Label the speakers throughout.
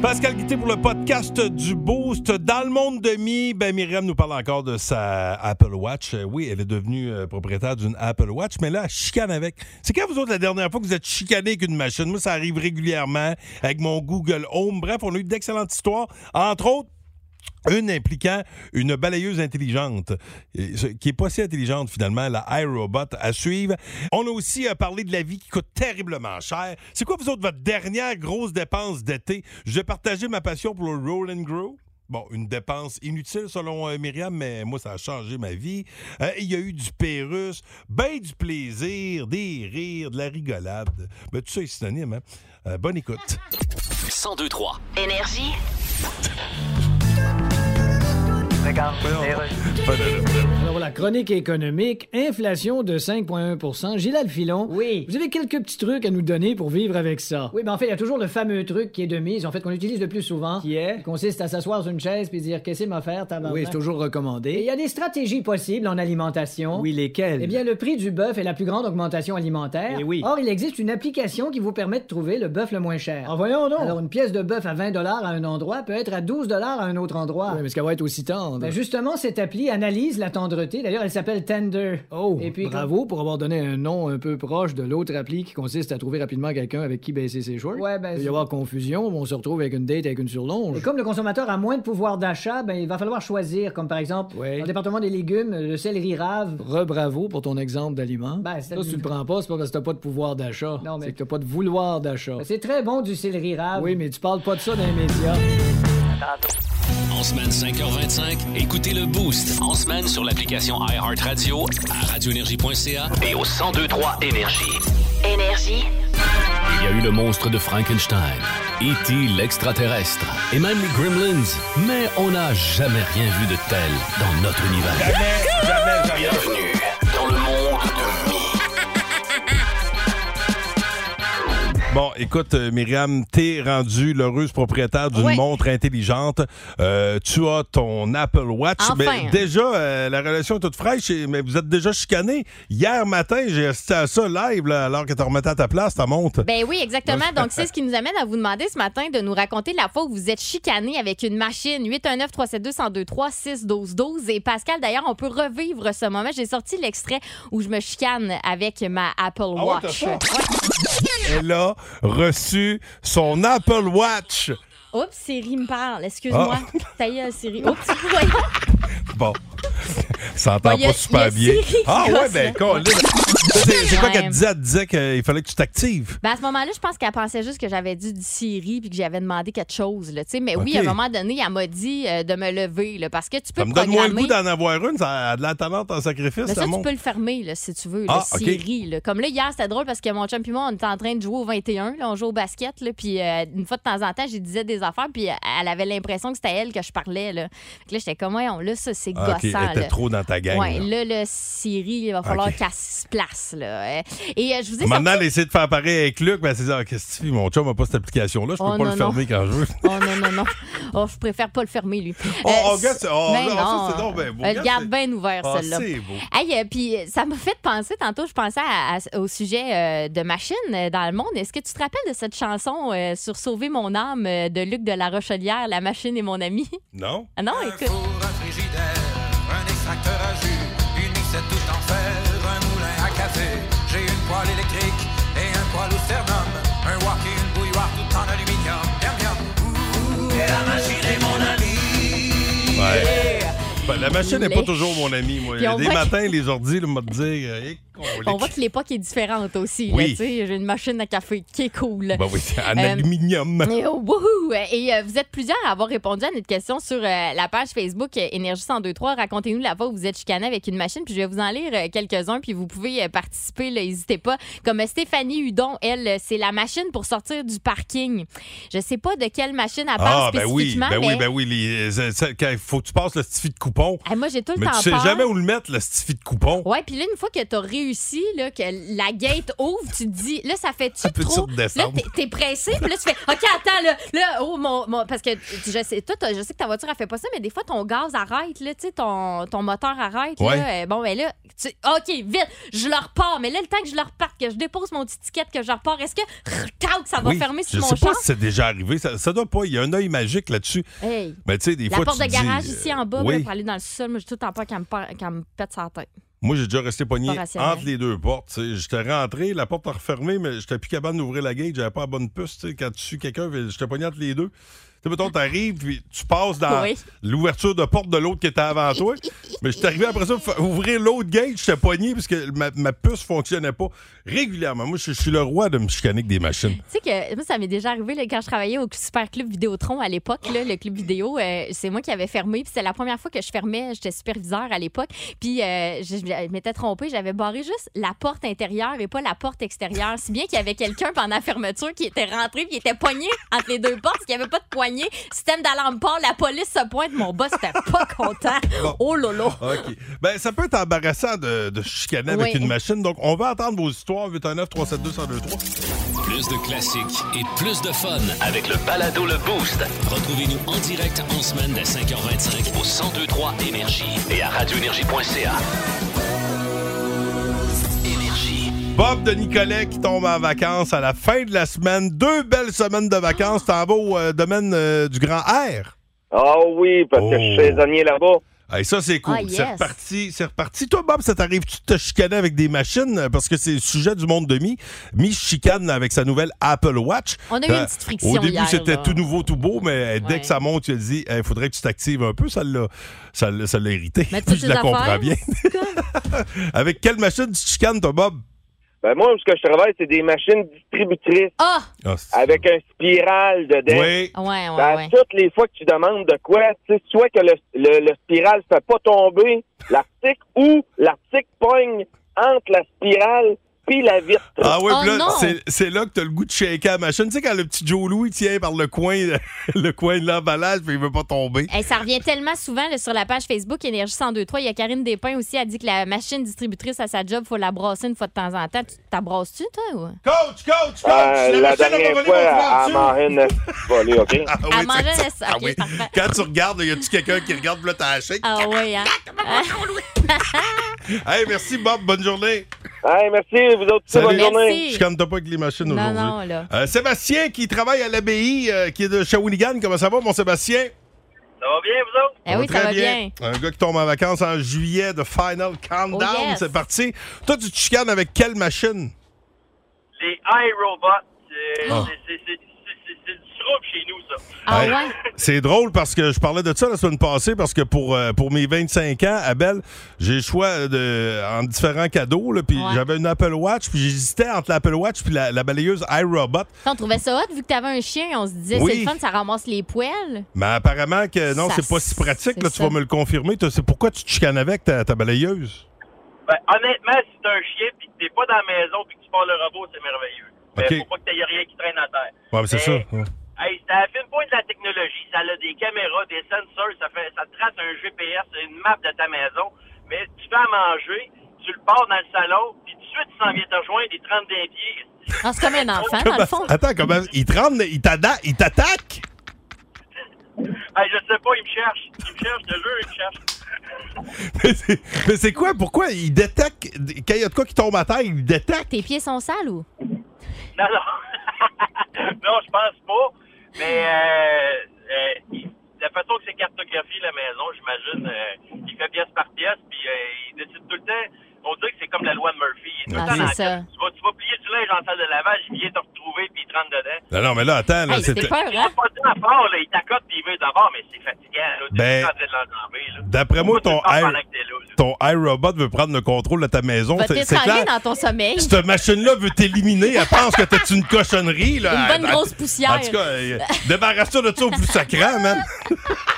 Speaker 1: Pascal Guité pour le podcast du Boost. Dans le monde de mi, ben Myriam nous parle encore de sa Apple Watch. Euh, Oui, elle est devenue euh, propriétaire d'une Apple Watch, mais là, elle chicane avec. C'est quand vous autres, la dernière fois que vous êtes chicané avec une machine? Moi, ça arrive régulièrement avec mon Google Home. Bref, on a eu d'excellentes histoires. Entre autres, une impliquant une balayeuse intelligente, et ce- qui est pas si intelligente finalement, la iRobot à suivre. On a aussi euh, parlé de la vie qui coûte terriblement cher. C'est quoi, vous autres, votre dernière grosse dépense d'été? Je vais partager ma passion pour le Roll and Grow. Bon, une dépense inutile selon euh, Myriam, mais moi, ça a changé ma vie. Euh, Il y a eu du Pérus, ben du plaisir, des rires, de la rigolade. Ben, tout ça est synonyme, hein? Euh, bonne écoute.
Speaker 2: 1023
Speaker 3: Énergie.
Speaker 4: Alors voilà, chronique économique, inflation de 5,1 Gilal Filon.
Speaker 5: Oui.
Speaker 4: Vous avez quelques petits trucs à nous donner pour vivre avec ça.
Speaker 5: Oui, ben en fait, il y a toujours le fameux truc qui est de mise, en fait, qu'on utilise le plus souvent.
Speaker 4: Qui est?
Speaker 5: consiste à s'asseoir sur une chaise puis dire Qu'est-ce que m'a faire, tabarnak?
Speaker 4: Oui, c'est toujours
Speaker 5: Et il
Speaker 4: recommandé.
Speaker 5: y a des stratégies possibles en alimentation.
Speaker 4: Oui, lesquels?
Speaker 5: Eh bien, le prix du bœuf est la plus grande augmentation alimentaire.
Speaker 4: Eh oui.
Speaker 5: Or, il existe une application qui vous permet de trouver le bœuf le moins cher.
Speaker 4: Ah, voyons donc.
Speaker 5: Alors, une pièce de bœuf à 20 à un endroit peut être à 12 à un autre endroit.
Speaker 4: Ouais, mais ce qu'elle va être aussi tendre.
Speaker 5: Ben, justement, cette appli analyse la tendreté. D'ailleurs, elle s'appelle Tender.
Speaker 4: Oh,
Speaker 5: Et puis,
Speaker 4: bravo pour avoir donné un nom un peu proche de l'autre appli qui consiste à trouver rapidement quelqu'un avec qui baisser ses shorts.
Speaker 5: Ouais, ben,
Speaker 4: Il peut
Speaker 5: c'est-
Speaker 4: y avoir confusion, on se retrouve avec une date avec une surlonge.
Speaker 5: Et comme le consommateur a moins de pouvoir d'achat, ben, il va falloir choisir, comme par exemple,
Speaker 4: Ouais.
Speaker 5: dans le département des légumes, le céleri rave.
Speaker 4: Re-bravo pour ton exemple d'aliment.
Speaker 5: Ben, c'est-
Speaker 4: ça, si tu le prends pas, c'est pas parce que t'as pas de pouvoir d'achat.
Speaker 5: Non, mais-
Speaker 4: C'est que t'as pas de vouloir d'achat.
Speaker 5: Ben, C'est très bon du céleri rave.
Speaker 4: Oui, mais tu parles pas de ça dans les médias.
Speaker 6: En semaine 5h25, écoutez le boost.
Speaker 2: En semaine sur l'application iHeartRadio
Speaker 6: À radioénergie.ca,
Speaker 2: et au 1023 énergie.
Speaker 3: Énergie.
Speaker 6: il y a eu le monstre de Frankenstein, E.T. l'extraterrestre et même les Gremlins, mais on n'a jamais rien vu de tel dans notre univers.
Speaker 2: Bienvenue dans le monde de Mi.
Speaker 1: Bon, écoute, euh, Myriam, t'es rendue l'heureuse propriétaire d'une
Speaker 7: Ouais.
Speaker 1: montre intelligente. Euh, tu as ton Apple Watch.
Speaker 7: Enfin.
Speaker 1: Mais déjà, euh, la relation est toute fraîche, et- mais vous êtes déjà chicané. Hier matin, j'ai assisté à ça live, là, alors que tu remettais à ta place ta montre.
Speaker 7: Ben oui, exactement. Donc, c'est ce qui nous amène à vous demander ce matin de nous raconter la fois où vous êtes chicané avec une machine. 819-372-1023-612-12. Et Pascal, d'ailleurs, on peut revivre ce moment. J'ai sorti l'extrait où je me chicane avec ma Apple
Speaker 1: Ah ouais, t'as
Speaker 7: Watch.
Speaker 1: ça? Elle a reçu son Apple Watch.
Speaker 7: Oups, Siri me parle. Excuse-moi.
Speaker 1: Ah.
Speaker 7: Ça y est, Siri. Oups, ouais.
Speaker 1: Bon. Ça entend
Speaker 7: Bon, y a-
Speaker 1: pas
Speaker 7: y a
Speaker 1: super bien.
Speaker 7: Siri qui
Speaker 1: Ah ouais,
Speaker 7: gosse,
Speaker 1: ben,
Speaker 7: là.
Speaker 1: colline. C'est c'est quoi
Speaker 7: Ouais.
Speaker 1: qu'elle te disait? Elle te disait qu'il fallait que tu t'actives.
Speaker 7: Ben, à ce moment-là, je pense qu'elle pensait juste que j'avais dit du Siri puis que j'avais demandé quelque chose. Là, tu sais. Mais oui,
Speaker 1: Ok.
Speaker 7: à un moment donné, elle m'a dit euh, de me lever là, parce que tu peux
Speaker 1: Ça me donne moins le goût
Speaker 7: programmer-
Speaker 1: d'en avoir une. Ça a de la talente en sacrifice,
Speaker 7: Mais
Speaker 1: ta
Speaker 7: ça, tu
Speaker 1: montre.
Speaker 7: peux le fermer là, si tu veux,
Speaker 1: Ah,
Speaker 7: le
Speaker 1: OK.
Speaker 7: Siri. là. Comme là, hier, c'était drôle parce que mon chum et moi, on était en train de jouer au 21. là, on joue au basket. là, puis euh, une fois de temps en temps, j'ai disais des affaires. Puis euh, elle avait l'impression que c'était elle que je parlais. Là, Fait que là j'étais comme, on là, ça, c'est
Speaker 1: Ah, OK,
Speaker 7: gossant.
Speaker 1: elle était
Speaker 7: là.
Speaker 1: trop dans ta gang.
Speaker 7: Ouais,
Speaker 1: là.
Speaker 7: là, le Siri, il va falloir
Speaker 1: OK.
Speaker 7: qu'elle se place. Là. Euh, Et euh, je vous ai
Speaker 1: Maintenant, elle essaie de faire pareil avec Luc, mais elle s'est dit Ah, qu'est-ce que tu fais? Mon chum n'a pas cette application-là, je peux
Speaker 7: Oh,
Speaker 1: pas
Speaker 7: non,
Speaker 1: le fermer quand je veux.
Speaker 7: Oh non, non, non. Oh, je préfère pas le fermer, lui.
Speaker 1: Oh,
Speaker 7: Euh,
Speaker 1: oh, regarde, c'est- oh,
Speaker 7: ben
Speaker 1: non, ça, c'est donc ben beau.
Speaker 7: Elle
Speaker 1: Regarde,
Speaker 7: garde
Speaker 1: c'est-
Speaker 7: bien ouvert,
Speaker 1: Ah,
Speaker 7: celle-là.
Speaker 1: c'est beau.
Speaker 7: Hey, euh, puis euh, ça m'a fait penser, tantôt, je pensais à- à- au sujet euh, de machines euh, dans le monde. Est-ce que tu te rappelles de cette chanson euh, sur Sauver mon âme euh, de Luc de la Rochelière, La machine est mon ami?
Speaker 1: Non?
Speaker 7: Ah non, écoute.
Speaker 8: four à frigidaire, un extracteur à jus, une mixette tout en fer, un moulin à café. J'ai une poêle électrique et un poêle au sternum, un wok et une bouilloire tout en aluminium. Yum, yum. Ouh, et la machine est mon ami.
Speaker 1: Ouais. Ben, la machine n'est pas
Speaker 7: Mais-
Speaker 1: toujours mon ami, moi.
Speaker 7: Puis on
Speaker 1: Des
Speaker 7: voit que-
Speaker 1: matins, les ordis, là, m'ont dit euh, Eh, colique.
Speaker 7: On voit que l'époque est différente aussi. là,
Speaker 1: Oui.
Speaker 7: tu sais, J'ai une machine à café qui est cool.
Speaker 1: Ben oui, c'est en
Speaker 7: Euh,
Speaker 1: aluminium.
Speaker 7: Et oh, wouhou! Ouh! Et euh, vous êtes plusieurs à avoir répondu à notre question sur euh, la page Facebook euh, Énergie 1023. Racontez-nous la fois où vous êtes chicané avec une machine. Puis je vais vous en lire euh, quelques-uns, puis vous pouvez euh, participer, là, n'hésitez pas. Comme euh, Stéphanie Hudon, elle, euh, c'est la machine pour sortir du parking. Je sais pas de quelle machine elle parle
Speaker 1: Ah, ben oui,
Speaker 7: spécifiquement,
Speaker 1: ben oui,
Speaker 7: mais
Speaker 1: ben oui. les- ça- ça- quand il faut que tu passes le stifi de coupon.
Speaker 7: Eh, moi, j'ai tout le
Speaker 1: Mais
Speaker 7: temps
Speaker 1: tu sais
Speaker 7: peur.
Speaker 1: jamais où le mettre, le stifi de coupon.
Speaker 7: Ouais, puis là, une fois que t'as réussi, là, que la gate ouvre, tu te dis, là, ça fait-tu
Speaker 1: Ça peut-tu
Speaker 7: trop? Là,
Speaker 1: redescendre?
Speaker 7: t'es- t'es pressé, puis là, tu fais, OK, attends, là, là, oh, mon, mon- parce que je sais, toi, t'as- je sais que ta voiture, elle fait pas ça, mais des fois, ton gaz arrête, là, tu sais, ton, ton moteur arrête, là.
Speaker 1: Ouais.
Speaker 7: Euh, Bon, ben là, tu- OK, vite, je le repars, mais là, le temps que je le reparte, que je dépose mon petit ticket, que je repars, est-ce que, tac, ça va
Speaker 1: Oui,
Speaker 7: fermer
Speaker 1: je
Speaker 7: sur mon
Speaker 1: sais
Speaker 7: champ?
Speaker 1: pas si c'est déjà arrivé. Ça, ça doit pas. Il y a un œil magique là-dessus.
Speaker 7: Hey,
Speaker 1: Mais tu sais, des
Speaker 7: La
Speaker 1: fois,
Speaker 7: porte
Speaker 1: tu
Speaker 7: de
Speaker 1: te dis,
Speaker 7: garage
Speaker 1: euh,
Speaker 7: ici en bas,
Speaker 1: oui.
Speaker 7: là, pour aller dans le sol, moi, j'ai tout le temps peur qu'elle me, par- qu'elle me pète sa tête.
Speaker 1: Moi, j'ai déjà resté pogné
Speaker 7: Pas rationnel.
Speaker 1: entre les deux portes. tu sais. J'étais rentré, la porte a refermé, mais j'étais plus capable d'ouvrir la gate. J'avais pas la bonne puce. tu sais. Quand tu suis quelqu'un, fait- j'étais pogné entre les deux. Tu sais, mettons, t'arrives, puis tu passes dans
Speaker 7: Oui.
Speaker 1: l'ouverture de porte de l'autre qui était avant toi. mais j'étais arrivé après ça, fa- ouvrir l'autre gate, j'étais pogné, parce que ma, ma puce fonctionnait pas régulièrement. Moi, je je suis le roi de me chicaner avec des machines.
Speaker 7: Tu sais que moi, ça m'est déjà arrivé là, quand je travaillais au Super Club Vidéotron à l'époque, là, le club vidéo, euh, c'est moi qui avais fermé. Puis c'est la première fois que je fermais, j'étais superviseur à l'époque. Puis euh, je, je m'étais trompée, j'avais barré juste la porte intérieure et pas la porte extérieure. Si bien qu'il y avait quelqu'un pendant la fermeture qui était rentré, puis il était poigné entre les deux portes, parce qu'il n'y avait pas de poignée. Système d'alarme part, la police se pointe, mon boss était pas content.
Speaker 1: Bon.
Speaker 7: Oh lolo!
Speaker 1: OK. Ben, ça peut être embarrassant de, de se chicaner avec
Speaker 7: Oui.
Speaker 1: une machine. Donc, on va entendre vos histoires. 819 372 1023
Speaker 6: Plus de classiques et plus de fun.
Speaker 2: Avec le balado Le Boost
Speaker 6: Retrouvez-nous en direct en semaine dès 5h25
Speaker 2: au 1023 Énergie et à radioénergie.ca. Énergie.
Speaker 1: Bob de Nicolet qui tombe en vacances à la fin de la semaine. Deux belles semaines de vacances. T'en vas au euh, domaine euh, du Grand Air.
Speaker 3: Ah oui, parce que je suis
Speaker 1: Oh.
Speaker 3: saisonnier là-bas.
Speaker 1: Hey, ça, c'est cool.
Speaker 7: Ah, yes.
Speaker 1: C'est reparti. C'est reparti. Toi, Bob, ça t'arrive-tu de te chicaner avec des machines? Euh, Parce que c'est le sujet du monde de mi. Mi se chicane avec sa nouvelle Apple Watch.
Speaker 7: On a eu une
Speaker 1: Euh,
Speaker 7: petite friction.
Speaker 1: Au début,
Speaker 7: hier,
Speaker 1: c'était
Speaker 7: là.
Speaker 1: tout nouveau, tout beau, mais euh, dès
Speaker 7: Ouais.
Speaker 1: que ça monte, tu as dit, il faudrait que tu t'actives un peu, ça l'a, ça l'a, ça l'a irrité.
Speaker 7: Mais toutes
Speaker 1: Puis je
Speaker 7: tes
Speaker 1: la comprends
Speaker 7: affaires,
Speaker 1: bien. Avec quelle machine tu te chicanes, toi, Bob?
Speaker 3: Ben moi, ce que je travaille, c'est des machines distributrices
Speaker 7: Ah!
Speaker 1: Ah, c'est-
Speaker 3: avec un spirale dedans.
Speaker 1: Oui.
Speaker 7: Ouais, ouais,
Speaker 3: Ben,
Speaker 7: ouais.
Speaker 3: toutes les fois que tu demandes de quoi, tu sais soit que le, le, le spirale fait pas tomber l'article ou l'article pogne entre la spirale puis la vitre. Euh,
Speaker 1: Ah oui,
Speaker 7: Oh
Speaker 1: puis là,
Speaker 7: non!
Speaker 1: c'est- c'est là que t'as le goût de shaker la machine. Tu sais, quand le petit Joe Louis tient par le coin, le coin de l'emballage, puis il veut pas tomber.
Speaker 7: Hey, ça revient tellement souvent là, sur la page Facebook Énergie 1023. Il y a Karine Despins aussi, a dit que la machine distributrice à sa job, faut la brasser une fois de temps en temps. Tu t'abrasses-tu, toi? Ou...
Speaker 1: Coach, coach, coach!
Speaker 3: Euh, la
Speaker 1: machine, on
Speaker 3: dernière
Speaker 1: va
Speaker 3: fois,
Speaker 1: voler
Speaker 3: à
Speaker 1: mon frère, tu-
Speaker 3: Marine, volée, OK?
Speaker 1: Ah oui,
Speaker 7: À
Speaker 1: c'est
Speaker 7: manger,
Speaker 1: ça.
Speaker 7: ça,
Speaker 1: Ah
Speaker 7: ok,
Speaker 1: oui.
Speaker 7: parfait.
Speaker 1: Quand tu regardes, il y a-tu quelqu'un qui regarde, puis là, t'as la shake?
Speaker 7: Ah oui, hein?
Speaker 1: Hey, merci, Bob. Bonne journée.
Speaker 3: Hey, merci, vous autres,
Speaker 1: Salut.
Speaker 3: bonne journée.
Speaker 7: Merci.
Speaker 1: Je ne pas avec les machines
Speaker 7: Non,
Speaker 1: aujourd'hui.
Speaker 7: non, là.
Speaker 1: Euh, Sébastien qui travaille à l'abbaye, euh, qui est de Shawinigan. Comment ça va, mon Sébastien?
Speaker 3: Ça va bien, vous autres?
Speaker 7: Eh oui, ça va bien.
Speaker 1: Un gars qui tombe en vacances en juillet de Final Countdown.
Speaker 7: Oh, yes.
Speaker 1: C'est parti. Toi, tu te chicanes avec quelle machine?
Speaker 3: Les iRobots, c'est
Speaker 1: Ah.
Speaker 3: du trouble chez nous, ça.
Speaker 7: Ah
Speaker 1: Hey,
Speaker 7: ouais?
Speaker 1: C'est drôle parce que je parlais de ça la semaine passée parce que pour, euh, pour mes 25 ans, Abel, j'ai le choix de, en différents cadeaux. là, Puis
Speaker 7: Ouais.
Speaker 1: j'avais une Apple Watch, puis j'hésitais entre l'Apple Watch puis la, la balayeuse iRobot.
Speaker 7: On trouvait ça hot vu que t'avais un chien. On se disait,
Speaker 1: Oui.
Speaker 7: c'est le fun, ça ramasse les poêles.
Speaker 1: Mais apparemment que non,
Speaker 7: Ça,
Speaker 1: c'est pas si pratique.
Speaker 7: c'est
Speaker 1: Là, tu
Speaker 7: ça.
Speaker 1: vas me le confirmer. Toi, C'est pourquoi tu te chicanes avec ta, ta balayeuse?
Speaker 3: Ben, honnêtement, si t'es un chien puis que t'es pas dans la maison puis que tu pars le robot, c'est merveilleux. Mais
Speaker 1: Ok.
Speaker 3: faut pas que t'aies rien qui traîne à terre.
Speaker 1: Ouais,
Speaker 7: Eh.
Speaker 1: mais c'est ça.
Speaker 7: Ah,
Speaker 3: Mais-
Speaker 1: ouais.
Speaker 3: Hey, c'est à la fine pointe de la technologie. Ça a des caméras, des sensors, ça fait, ça te trace un GPS, une map de ta maison. Mais tu fais à manger, tu le pars dans le salon, puis tout de suite, tu s'en viens te rejoindre des 30 d'un pied.
Speaker 7: Ah, c'est comme un enfant, dans le fond.
Speaker 1: Attends, comment il te rend- il t'atta- il t'attaque?
Speaker 3: Hey, je sais pas, il me cherche. Il me cherche, je te jure, il me cherche.
Speaker 1: Mais c'est- Mais c'est quoi? Pourquoi il détecte? Quand il y a de quoi qui tombe à terre, il détecte?
Speaker 7: Tes pieds sont sales ou?
Speaker 3: Non, non. non, je pense pas. Mais euh, euh, il- la façon que c'est cartographié la maison, j'imagine, euh, il fait pièce par pièce, puis euh, il décide tout le temps. On dirait que c'est comme la loi de Murphy. Il est tout le
Speaker 7: Ah,
Speaker 3: temps dans la
Speaker 7: c'est ça.
Speaker 3: tête. Tu vas, tu vas plier du linge en salle de lavage, il vient te retrouver, puis il te rentre dedans.
Speaker 1: Non, non, mais là, attends. là,
Speaker 7: Hey, c'était
Speaker 1: c'était-
Speaker 7: peur, hein?
Speaker 3: Pas de temps à part, là, il t'accote, puis il veut d'abord, mais c'est fatigant. Là, Tu
Speaker 1: Ben,
Speaker 3: es en train de l'endormer, là.
Speaker 1: D'après moi,
Speaker 3: Faut
Speaker 1: ton
Speaker 3: tout le temps
Speaker 1: air-
Speaker 3: pendant que t'es là, là.
Speaker 1: ton iRobot veut prendre le contrôle de ta maison.
Speaker 7: Va
Speaker 1: C'est c'est
Speaker 7: t'étrangler
Speaker 1: clair.
Speaker 7: dans ton sommeil.
Speaker 1: Cette machine-là veut t'éliminer. Elle pense que t'es une cochonnerie. Là.
Speaker 7: Une bonne
Speaker 1: Elle-
Speaker 7: grosse
Speaker 1: elle-
Speaker 7: poussière.
Speaker 1: En tout cas, euh, débarrasse-toi de ça au plus sacrant, man.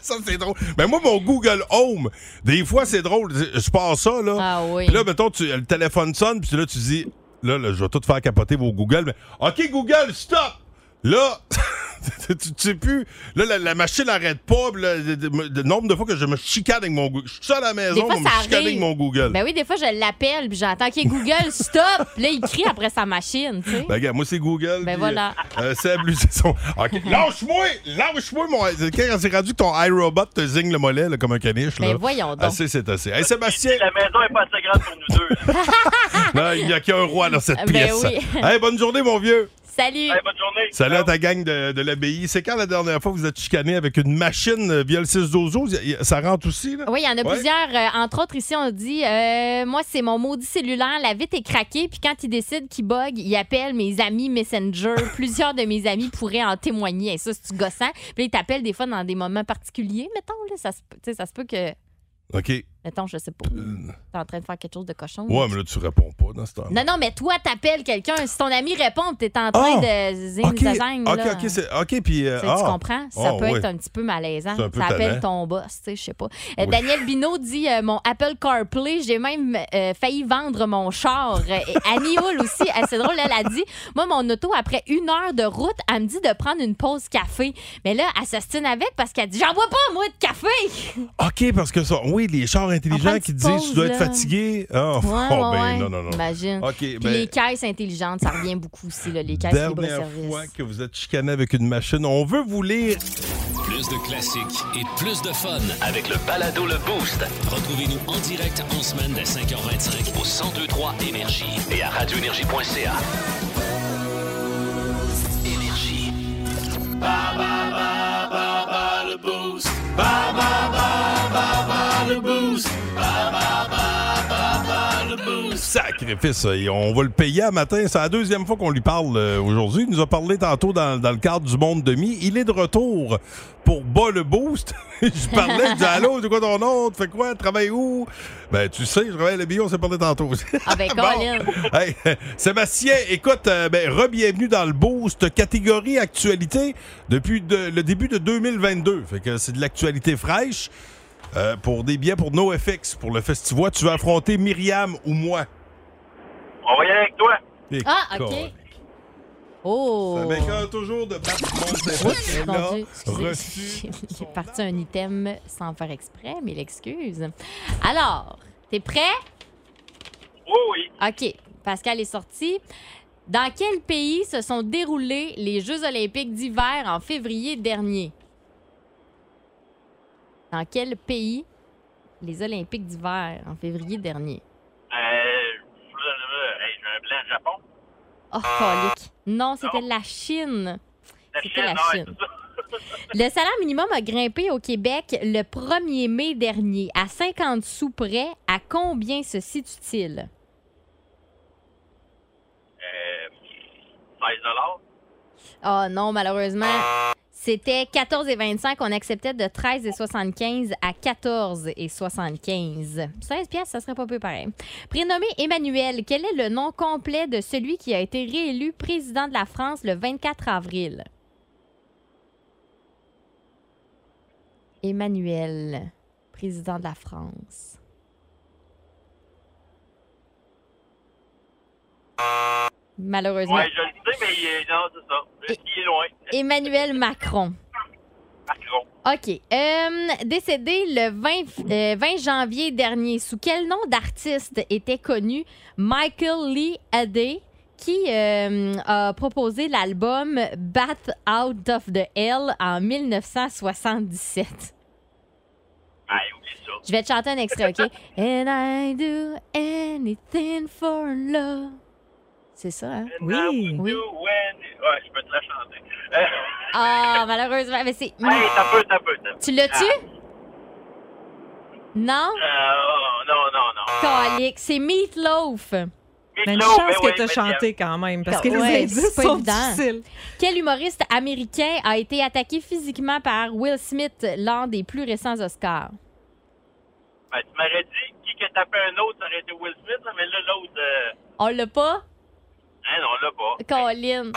Speaker 1: ça, c'est drôle. Mais moi, mon Google Home, des fois, c'est drôle. Je passe ça, là.
Speaker 7: Ah oui.
Speaker 1: Puis là, mettons, tu, le téléphone sonne, puis là, tu dis, là, là, je vais tout faire capoter vos Google. Mais, OK, Google, stop! Là, tu tu sais plus. Là, la, la machine n'arrête pas. puis là, le, le- le nombre de fois que je me chicane avec mon Google. Je suis seul à la
Speaker 7: Des
Speaker 1: maison,
Speaker 7: fois,
Speaker 1: mais
Speaker 7: ça
Speaker 1: me chicane avec
Speaker 7: arrive.
Speaker 1: mon Google.
Speaker 7: Ben oui, des fois, je l'appelle, puis j'entends, OK, Google, stop! Là, il crie après sa machine, tu sais.
Speaker 1: Ben, regarde, moi, c'est Google.
Speaker 7: Ben
Speaker 1: puis,
Speaker 7: voilà.
Speaker 1: euh, Seb, lui, c'est son. OK. Lâche-moi! Lâche-moi, mon. C'est Quand c'est rendu que ton iRobot te zigne le mollet, là, comme un caniche, là.
Speaker 7: Ben voyons donc.
Speaker 1: Assez, c'est assez. Hey, Sébastien,
Speaker 3: La maison est pas assez grande pour nous deux.
Speaker 1: là, il n'y a qu'un roi dans cette
Speaker 7: Ben
Speaker 1: pièce.
Speaker 7: oui.
Speaker 1: Hey, bonne journée, mon vieux.
Speaker 7: Salut!
Speaker 3: Hey, bonne journée.
Speaker 1: Salut à ta gang de, de l'abbaye. C'est quand la dernière fois que vous êtes chicané avec une machine euh, via le 6 dozo? Ça rentre aussi, là?
Speaker 7: Oui, il y en a
Speaker 1: Ouais.
Speaker 7: plusieurs. Euh, entre autres, ici, on dit euh, Moi, c'est mon maudit cellulaire, la vite est craquée. Puis quand il décide qu'il bug, il appelle mes amis Messenger. plusieurs de mes amis pourraient en témoigner. Et ça, c'est gossant. Puis là, il t'appelle des fois dans des moments particuliers, mettons. Là, ça, se peut- tu sais, ça se peut que.
Speaker 1: OK.
Speaker 7: Mettons, je sais pas. T'es en train de faire quelque chose de cochon.
Speaker 1: Euh. Ouais, mais là, tu réponds pas dans ce temps
Speaker 7: Non, non, mais toi, t'appelles quelqu'un. Si ton ami répond, t'es en train de zing,
Speaker 1: Ah! OK,
Speaker 7: zazing,
Speaker 1: OK,
Speaker 7: là.
Speaker 1: OK, c'est- OK, puis... euh,
Speaker 7: Tu sais,
Speaker 1: ah.
Speaker 7: Tu comprends? Ça
Speaker 1: Ah,
Speaker 7: peut
Speaker 1: oui.
Speaker 7: être un petit peu malaisant.
Speaker 1: C'est un peu
Speaker 7: ça appelle
Speaker 1: tannant.
Speaker 7: ton boss, tu sais, je sais pas. Euh,
Speaker 1: Oui.
Speaker 7: Daniel Bino dit euh, Mon Apple CarPlay, j'ai même euh, failli vendre mon char. Euh, Et Annie Hull aussi, elle, c'est drôle, elle a dit Moi, mon auto, après une heure de route, elle me dit de prendre une pause café. Mais là, elle s'astine avec parce qu'elle dit J'en bois pas, moi, de café!
Speaker 1: OK, parce que ça... Oui, les chars
Speaker 7: On prend
Speaker 1: intelligents
Speaker 7: une
Speaker 1: qui
Speaker 7: petite
Speaker 1: disent tu dois
Speaker 7: pause,
Speaker 1: être
Speaker 7: là.
Speaker 1: fatigué. Ah,
Speaker 7: Ouais,
Speaker 1: oh,
Speaker 7: ouais,
Speaker 1: ben,
Speaker 7: ouais.
Speaker 1: non, non, non.
Speaker 7: Imagine.
Speaker 1: OK,
Speaker 7: Puis
Speaker 1: ben-
Speaker 7: les caisses intelligentes, ça revient beaucoup aussi, là, les caisses
Speaker 1: Dernière
Speaker 7: libre-service.
Speaker 1: fois que vous êtes chicané avec une machine, on veut vous lire.
Speaker 6: Plus de classiques et plus de fun.
Speaker 2: Avec le balado Le Boost
Speaker 6: Retrouvez-nous en direct en semaine dès 5h25
Speaker 2: au 1023 Énergie et à radioénergie.ca. Énergie.
Speaker 1: Sacrifice, et on va le payer à matin. C'est la deuxième fois qu'on lui parle euh, aujourd'hui. Il nous a parlé tantôt dans, dans le cadre du monde demi. Il est de retour pour bas le boost. je parlais, je disais Allô, c'est quoi ton nom? Tu fais quoi? Tu travailles où? Ben, tu sais, je travaille à la bio, on s'est parlé tantôt.
Speaker 7: Ah, ben,
Speaker 1: Bon.
Speaker 7: Colin.
Speaker 1: Hey, Sébastien, écoute, euh, ben, re-bienvenue dans le Boost, catégorie actualité depuis de- le début de 2022. Fait que c'est de l'actualité fraîche. Euh, pour des billets pour NoFX, pour le festival, tu vas affronter Myriam ou moi?
Speaker 3: On va y aller avec toi.
Speaker 7: Ah, OK. Oh!
Speaker 1: Avec un toujours de battre
Speaker 7: Mon
Speaker 1: mon
Speaker 7: Dieu, excusez. J'ai parti un item sans faire exprès, mais l'excuse. Alors, t'es prêt?
Speaker 3: Oui, oui.
Speaker 7: OK. Pascal est sorti. Dans quel pays se sont déroulés les Jeux olympiques d'hiver en février dernier? Dans quel pays les Olympiques d'hiver en février dernier?
Speaker 3: Euh, blablabla. Hey, j'ai un blanc Japon.
Speaker 7: Oh, colique. Non, c'était
Speaker 3: Non.
Speaker 7: la Chine.
Speaker 3: La
Speaker 7: C'était
Speaker 3: Chine,
Speaker 7: la
Speaker 3: ouais,
Speaker 7: Chine.
Speaker 3: c'est ça.
Speaker 7: Le salaire minimum a grimpé au Québec le 1er mai dernier. À 50 sous près, à combien se situe-t-il?
Speaker 3: Euh, 16 dollars.
Speaker 7: Ah non, malheureusement, c'était 14,25. On acceptait de 13,75 à 14,75. 16 piastres, ça serait pas peu pareil. Prénommé Emmanuel, quel est le nom complet de celui qui a été réélu président de la France le 24 avril? Emmanuel, président de la France. Malheureusement.
Speaker 3: Ouais, je le sais, mais euh, non, c'est ça. Le ski est loin.
Speaker 7: Emmanuel Macron.
Speaker 3: Macron.
Speaker 7: OK. Euh, décédé le 20, euh, 20 janvier dernier, sous quel nom d'artiste était connu Michael Lee Adé, qui euh, a proposé l'album Bath Out of the Hell en
Speaker 3: Hey,
Speaker 7: 1977?
Speaker 3: ben, oublie ça.
Speaker 7: Je vais te chanter un extrait, OK? And I do anything for love. C'est ça, hein?
Speaker 3: Oui.
Speaker 7: Oui.
Speaker 3: Ouais, je peux te la chanter. Euh,
Speaker 7: Ah, malheureusement, mais c'est...
Speaker 3: hey, t'as peu, t'as peu, t'as peu.
Speaker 7: Tu l'as-tu? Non?
Speaker 3: Euh, oh, non, non, non.
Speaker 7: Calique, c'est Meatloaf.
Speaker 9: Mais une
Speaker 3: Mitlo,
Speaker 9: chance
Speaker 3: ben
Speaker 9: que
Speaker 3: ouais,
Speaker 9: t'as
Speaker 3: ben,
Speaker 9: chanté quand même, parce que
Speaker 7: Ouais,
Speaker 9: les indices
Speaker 7: c'est pas
Speaker 9: sont
Speaker 7: évident.
Speaker 9: difficiles.
Speaker 7: Quel humoriste américain a été attaqué physiquement par Will Smith lors des plus récents Oscars?
Speaker 3: Ben, tu m'aurais dit qui que tapait un autre, ça aurait été Will Smith, là, mais là, l'autre, euh,
Speaker 7: On l'a pas?
Speaker 3: hein, non, là, pas.
Speaker 7: Colin.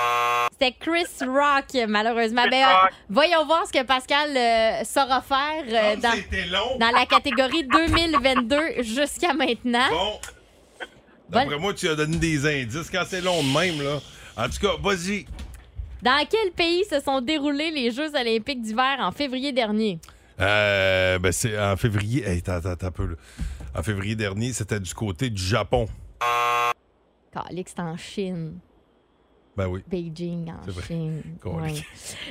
Speaker 7: C'était Chris Rock, malheureusement. Ben, euh,
Speaker 3: Rock.
Speaker 7: voyons voir ce que Pascal euh, saura faire
Speaker 1: Ah,
Speaker 7: euh, dans,
Speaker 1: C'était long.
Speaker 7: dans la catégorie 2022 jusqu'à maintenant.
Speaker 1: Bon. D'après moi, tu as donné des indices quand c'est long de même, là. En tout cas, vas-y.
Speaker 7: Dans quel pays se sont déroulés les Jeux olympiques d'hiver en février dernier?
Speaker 1: Euh, ben c'est en février. Hey, attends, attends, attends un peu. là. En février dernier, c'était du côté du Japon.
Speaker 7: Calix, c'est en Chine.
Speaker 1: Ben oui.
Speaker 7: Beijing, en
Speaker 1: C'est vrai.
Speaker 7: Chine.
Speaker 1: Calique.
Speaker 7: Ouais.
Speaker 1: Hey,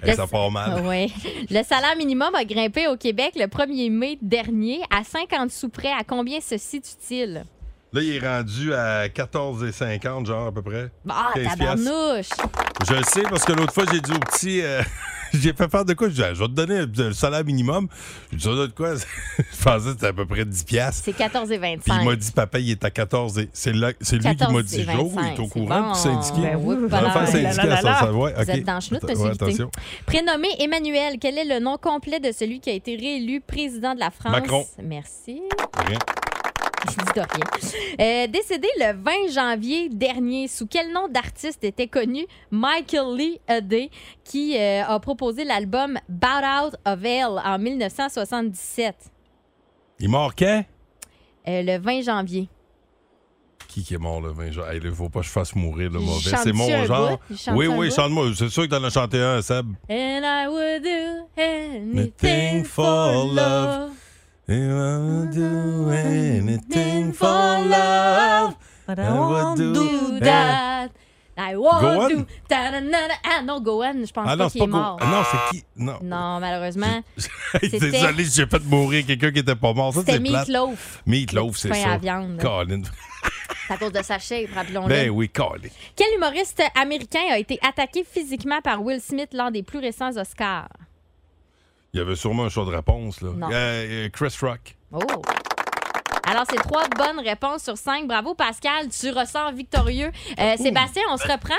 Speaker 7: Le- Ah
Speaker 1: ça part mal.
Speaker 7: Ouais. Le salaire minimum a grimpé au Québec le 1er mai dernier à 50 sous près. À combien se situe-t-il?
Speaker 1: Là, il est rendu à 14,50, genre à peu près.
Speaker 7: Ah,
Speaker 1: 15
Speaker 7: tabarnouche!
Speaker 1: Je le sais parce que l'autre fois, j'ai dit au petit. euh, j'ai fait faire de quoi? Je dis, Ah, je vais te donner le salaire minimum. Je dis, ça doit être quoi? je pensais que c'était à peu près 10$. piastres.
Speaker 7: C'est 14 et 25.
Speaker 1: Puis il m'a dit, papa, il est à 14. Et c'est là- c'est lui qui
Speaker 7: 14
Speaker 1: m'a
Speaker 7: et
Speaker 1: dit, Joe, il est
Speaker 7: 25,
Speaker 1: au
Speaker 7: c'est
Speaker 1: courant
Speaker 7: bon.
Speaker 1: du syndicat.
Speaker 7: Ben oui,
Speaker 1: On
Speaker 7: voilà.
Speaker 1: va faire syndiquer
Speaker 5: Là, là,
Speaker 1: à
Speaker 5: là.
Speaker 1: Savoie.
Speaker 7: Vous êtes dans le chenoute, monsieur Lutté.
Speaker 1: attention.
Speaker 7: Prénommé Emmanuel, quel est le nom complet de celui qui a été réélu président de la France?
Speaker 1: Macron.
Speaker 7: Merci.
Speaker 1: Rien.
Speaker 7: Je dis de rien. Euh, décédé le 20 janvier dernier, sous quel nom d'artiste était connu Michael Lee Aday, qui euh, a proposé l'album Bout Out of Hell en 1977?
Speaker 1: Il est mort quand?
Speaker 7: Euh, le 20 janvier.
Speaker 1: Qui qui est mort le 20 juin? Hey, il faut pas que je fasse mourir le
Speaker 7: Il
Speaker 1: mauvais.
Speaker 7: chante-tu
Speaker 1: C'est mon
Speaker 7: un
Speaker 1: genre.
Speaker 7: bout? Il chante-tu
Speaker 1: Oui,
Speaker 7: un
Speaker 1: oui,
Speaker 7: bout?
Speaker 1: chante-moi. C'est sûr que t'en as chanté un, Seb.
Speaker 7: And I would do anything for
Speaker 1: for love.
Speaker 7: love.
Speaker 1: I will do anything for love.
Speaker 5: But
Speaker 1: I will
Speaker 7: do
Speaker 1: do that.
Speaker 7: that. I want
Speaker 1: Gohan?
Speaker 7: to. Ta-da-na-na. Ah non, Gohan, je pense pas
Speaker 1: Ah non, c'est
Speaker 7: qu'il est
Speaker 1: pas
Speaker 7: mort.
Speaker 1: Go. Ah non, c'est qui? Non.
Speaker 7: Non, malheureusement,
Speaker 1: Hey,
Speaker 7: C'était-
Speaker 1: Désolé, j'ai fait mourir quelqu'un qui était pas mort. Ça,
Speaker 7: c'était
Speaker 1: c'est plate.
Speaker 7: Meatloaf.
Speaker 1: Meatloaf, c'est
Speaker 7: Pain à
Speaker 1: ça.
Speaker 7: viande.
Speaker 1: Colin.
Speaker 7: C'est à cause de sa shape, rappelons-le.
Speaker 1: Ben oui, Colin.
Speaker 7: Quel humoriste américain a été attaqué physiquement par Will Smith lors des plus récents Oscars?
Speaker 1: Il y avait sûrement un choix de réponse, là.
Speaker 7: Non.
Speaker 1: Euh, euh, Chris Rock.
Speaker 7: Oh! Alors, c'est trois bonnes réponses sur cinq. Bravo, Pascal. Tu ressors victorieux. Euh, Sébastien, on se reprend?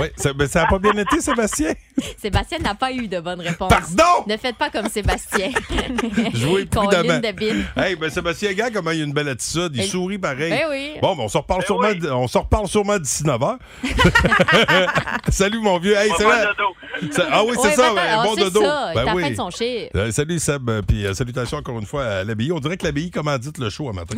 Speaker 1: Oui, ça, ben, ça a pas bien été, Sébastien.
Speaker 7: Sébastien n'a pas eu de bonnes réponses.
Speaker 1: Pardon!
Speaker 7: Ne faites pas comme Sébastien.
Speaker 1: Jouez plus
Speaker 7: Colline
Speaker 1: d'avant.
Speaker 7: de bine.
Speaker 1: Hey, ben Sébastien Gant, comment il a une belle attitude. Il
Speaker 7: Ben-
Speaker 1: sourit pareil.
Speaker 7: Ben oui.
Speaker 1: Bon, ben, on s'en reparle,
Speaker 3: Ben
Speaker 1: sûrement,
Speaker 3: oui.
Speaker 1: on s'en reparle sûrement d'ici 9h. Salut, mon vieux. Hey,
Speaker 3: Pas
Speaker 1: c'est
Speaker 3: mal
Speaker 1: vrai.
Speaker 3: de dos.
Speaker 1: Ça- Ah oui, c'est
Speaker 7: Ouais,
Speaker 1: ça.
Speaker 7: ben,
Speaker 1: ben,
Speaker 7: ah,
Speaker 1: bon
Speaker 7: c'est
Speaker 1: dodo.
Speaker 7: ça.
Speaker 1: Ben
Speaker 7: Il est en
Speaker 1: oui.
Speaker 7: fin de son chiffre.
Speaker 1: Euh, salut Seb, euh, puis euh, salutations encore une fois à l'abbaye. On dirait que l'abbaye commandite le show à matin.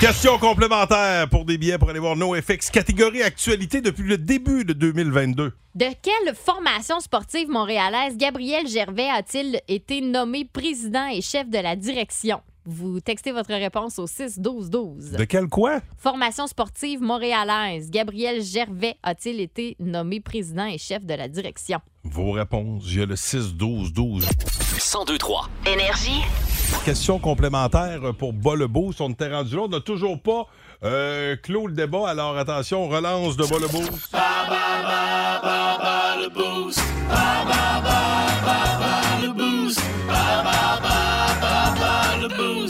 Speaker 1: Question complémentaire pour des billets pour aller voir NoFX. Catégorie actualité depuis le début de 2022.
Speaker 7: De quelle formation sportive montréalaise Gabriel Gervais a-t-il été nommé président et chef de la direction? Vous textez votre réponse au 6-12-12.
Speaker 1: De quel quoi?
Speaker 7: Formation sportive montréalaise. Gabriel Gervais a-t-il été nommé président et chef de la direction?
Speaker 1: Vos réponses. Il y a le 6-12-12.
Speaker 2: 1023.
Speaker 9: Énergie.
Speaker 1: Question complémentaire pour Bas le Beauce. On était rendu là. On n'a toujours pas euh, clos le débat. Alors attention, on relance de Bas le Beauce.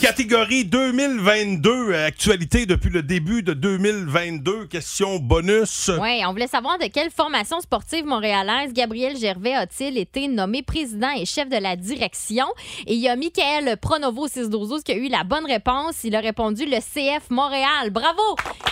Speaker 1: Catégorie 2022. euh, Actualité depuis le début de 2022. Question bonus.
Speaker 7: Oui, on voulait savoir de quelle formation sportive montréalaise Gabriel Gervais a-t-il été nommé président et chef de la direction. Et il y a Michael Pronovo 612 qui a eu la bonne réponse. Il a répondu le CF Montréal. Bravo!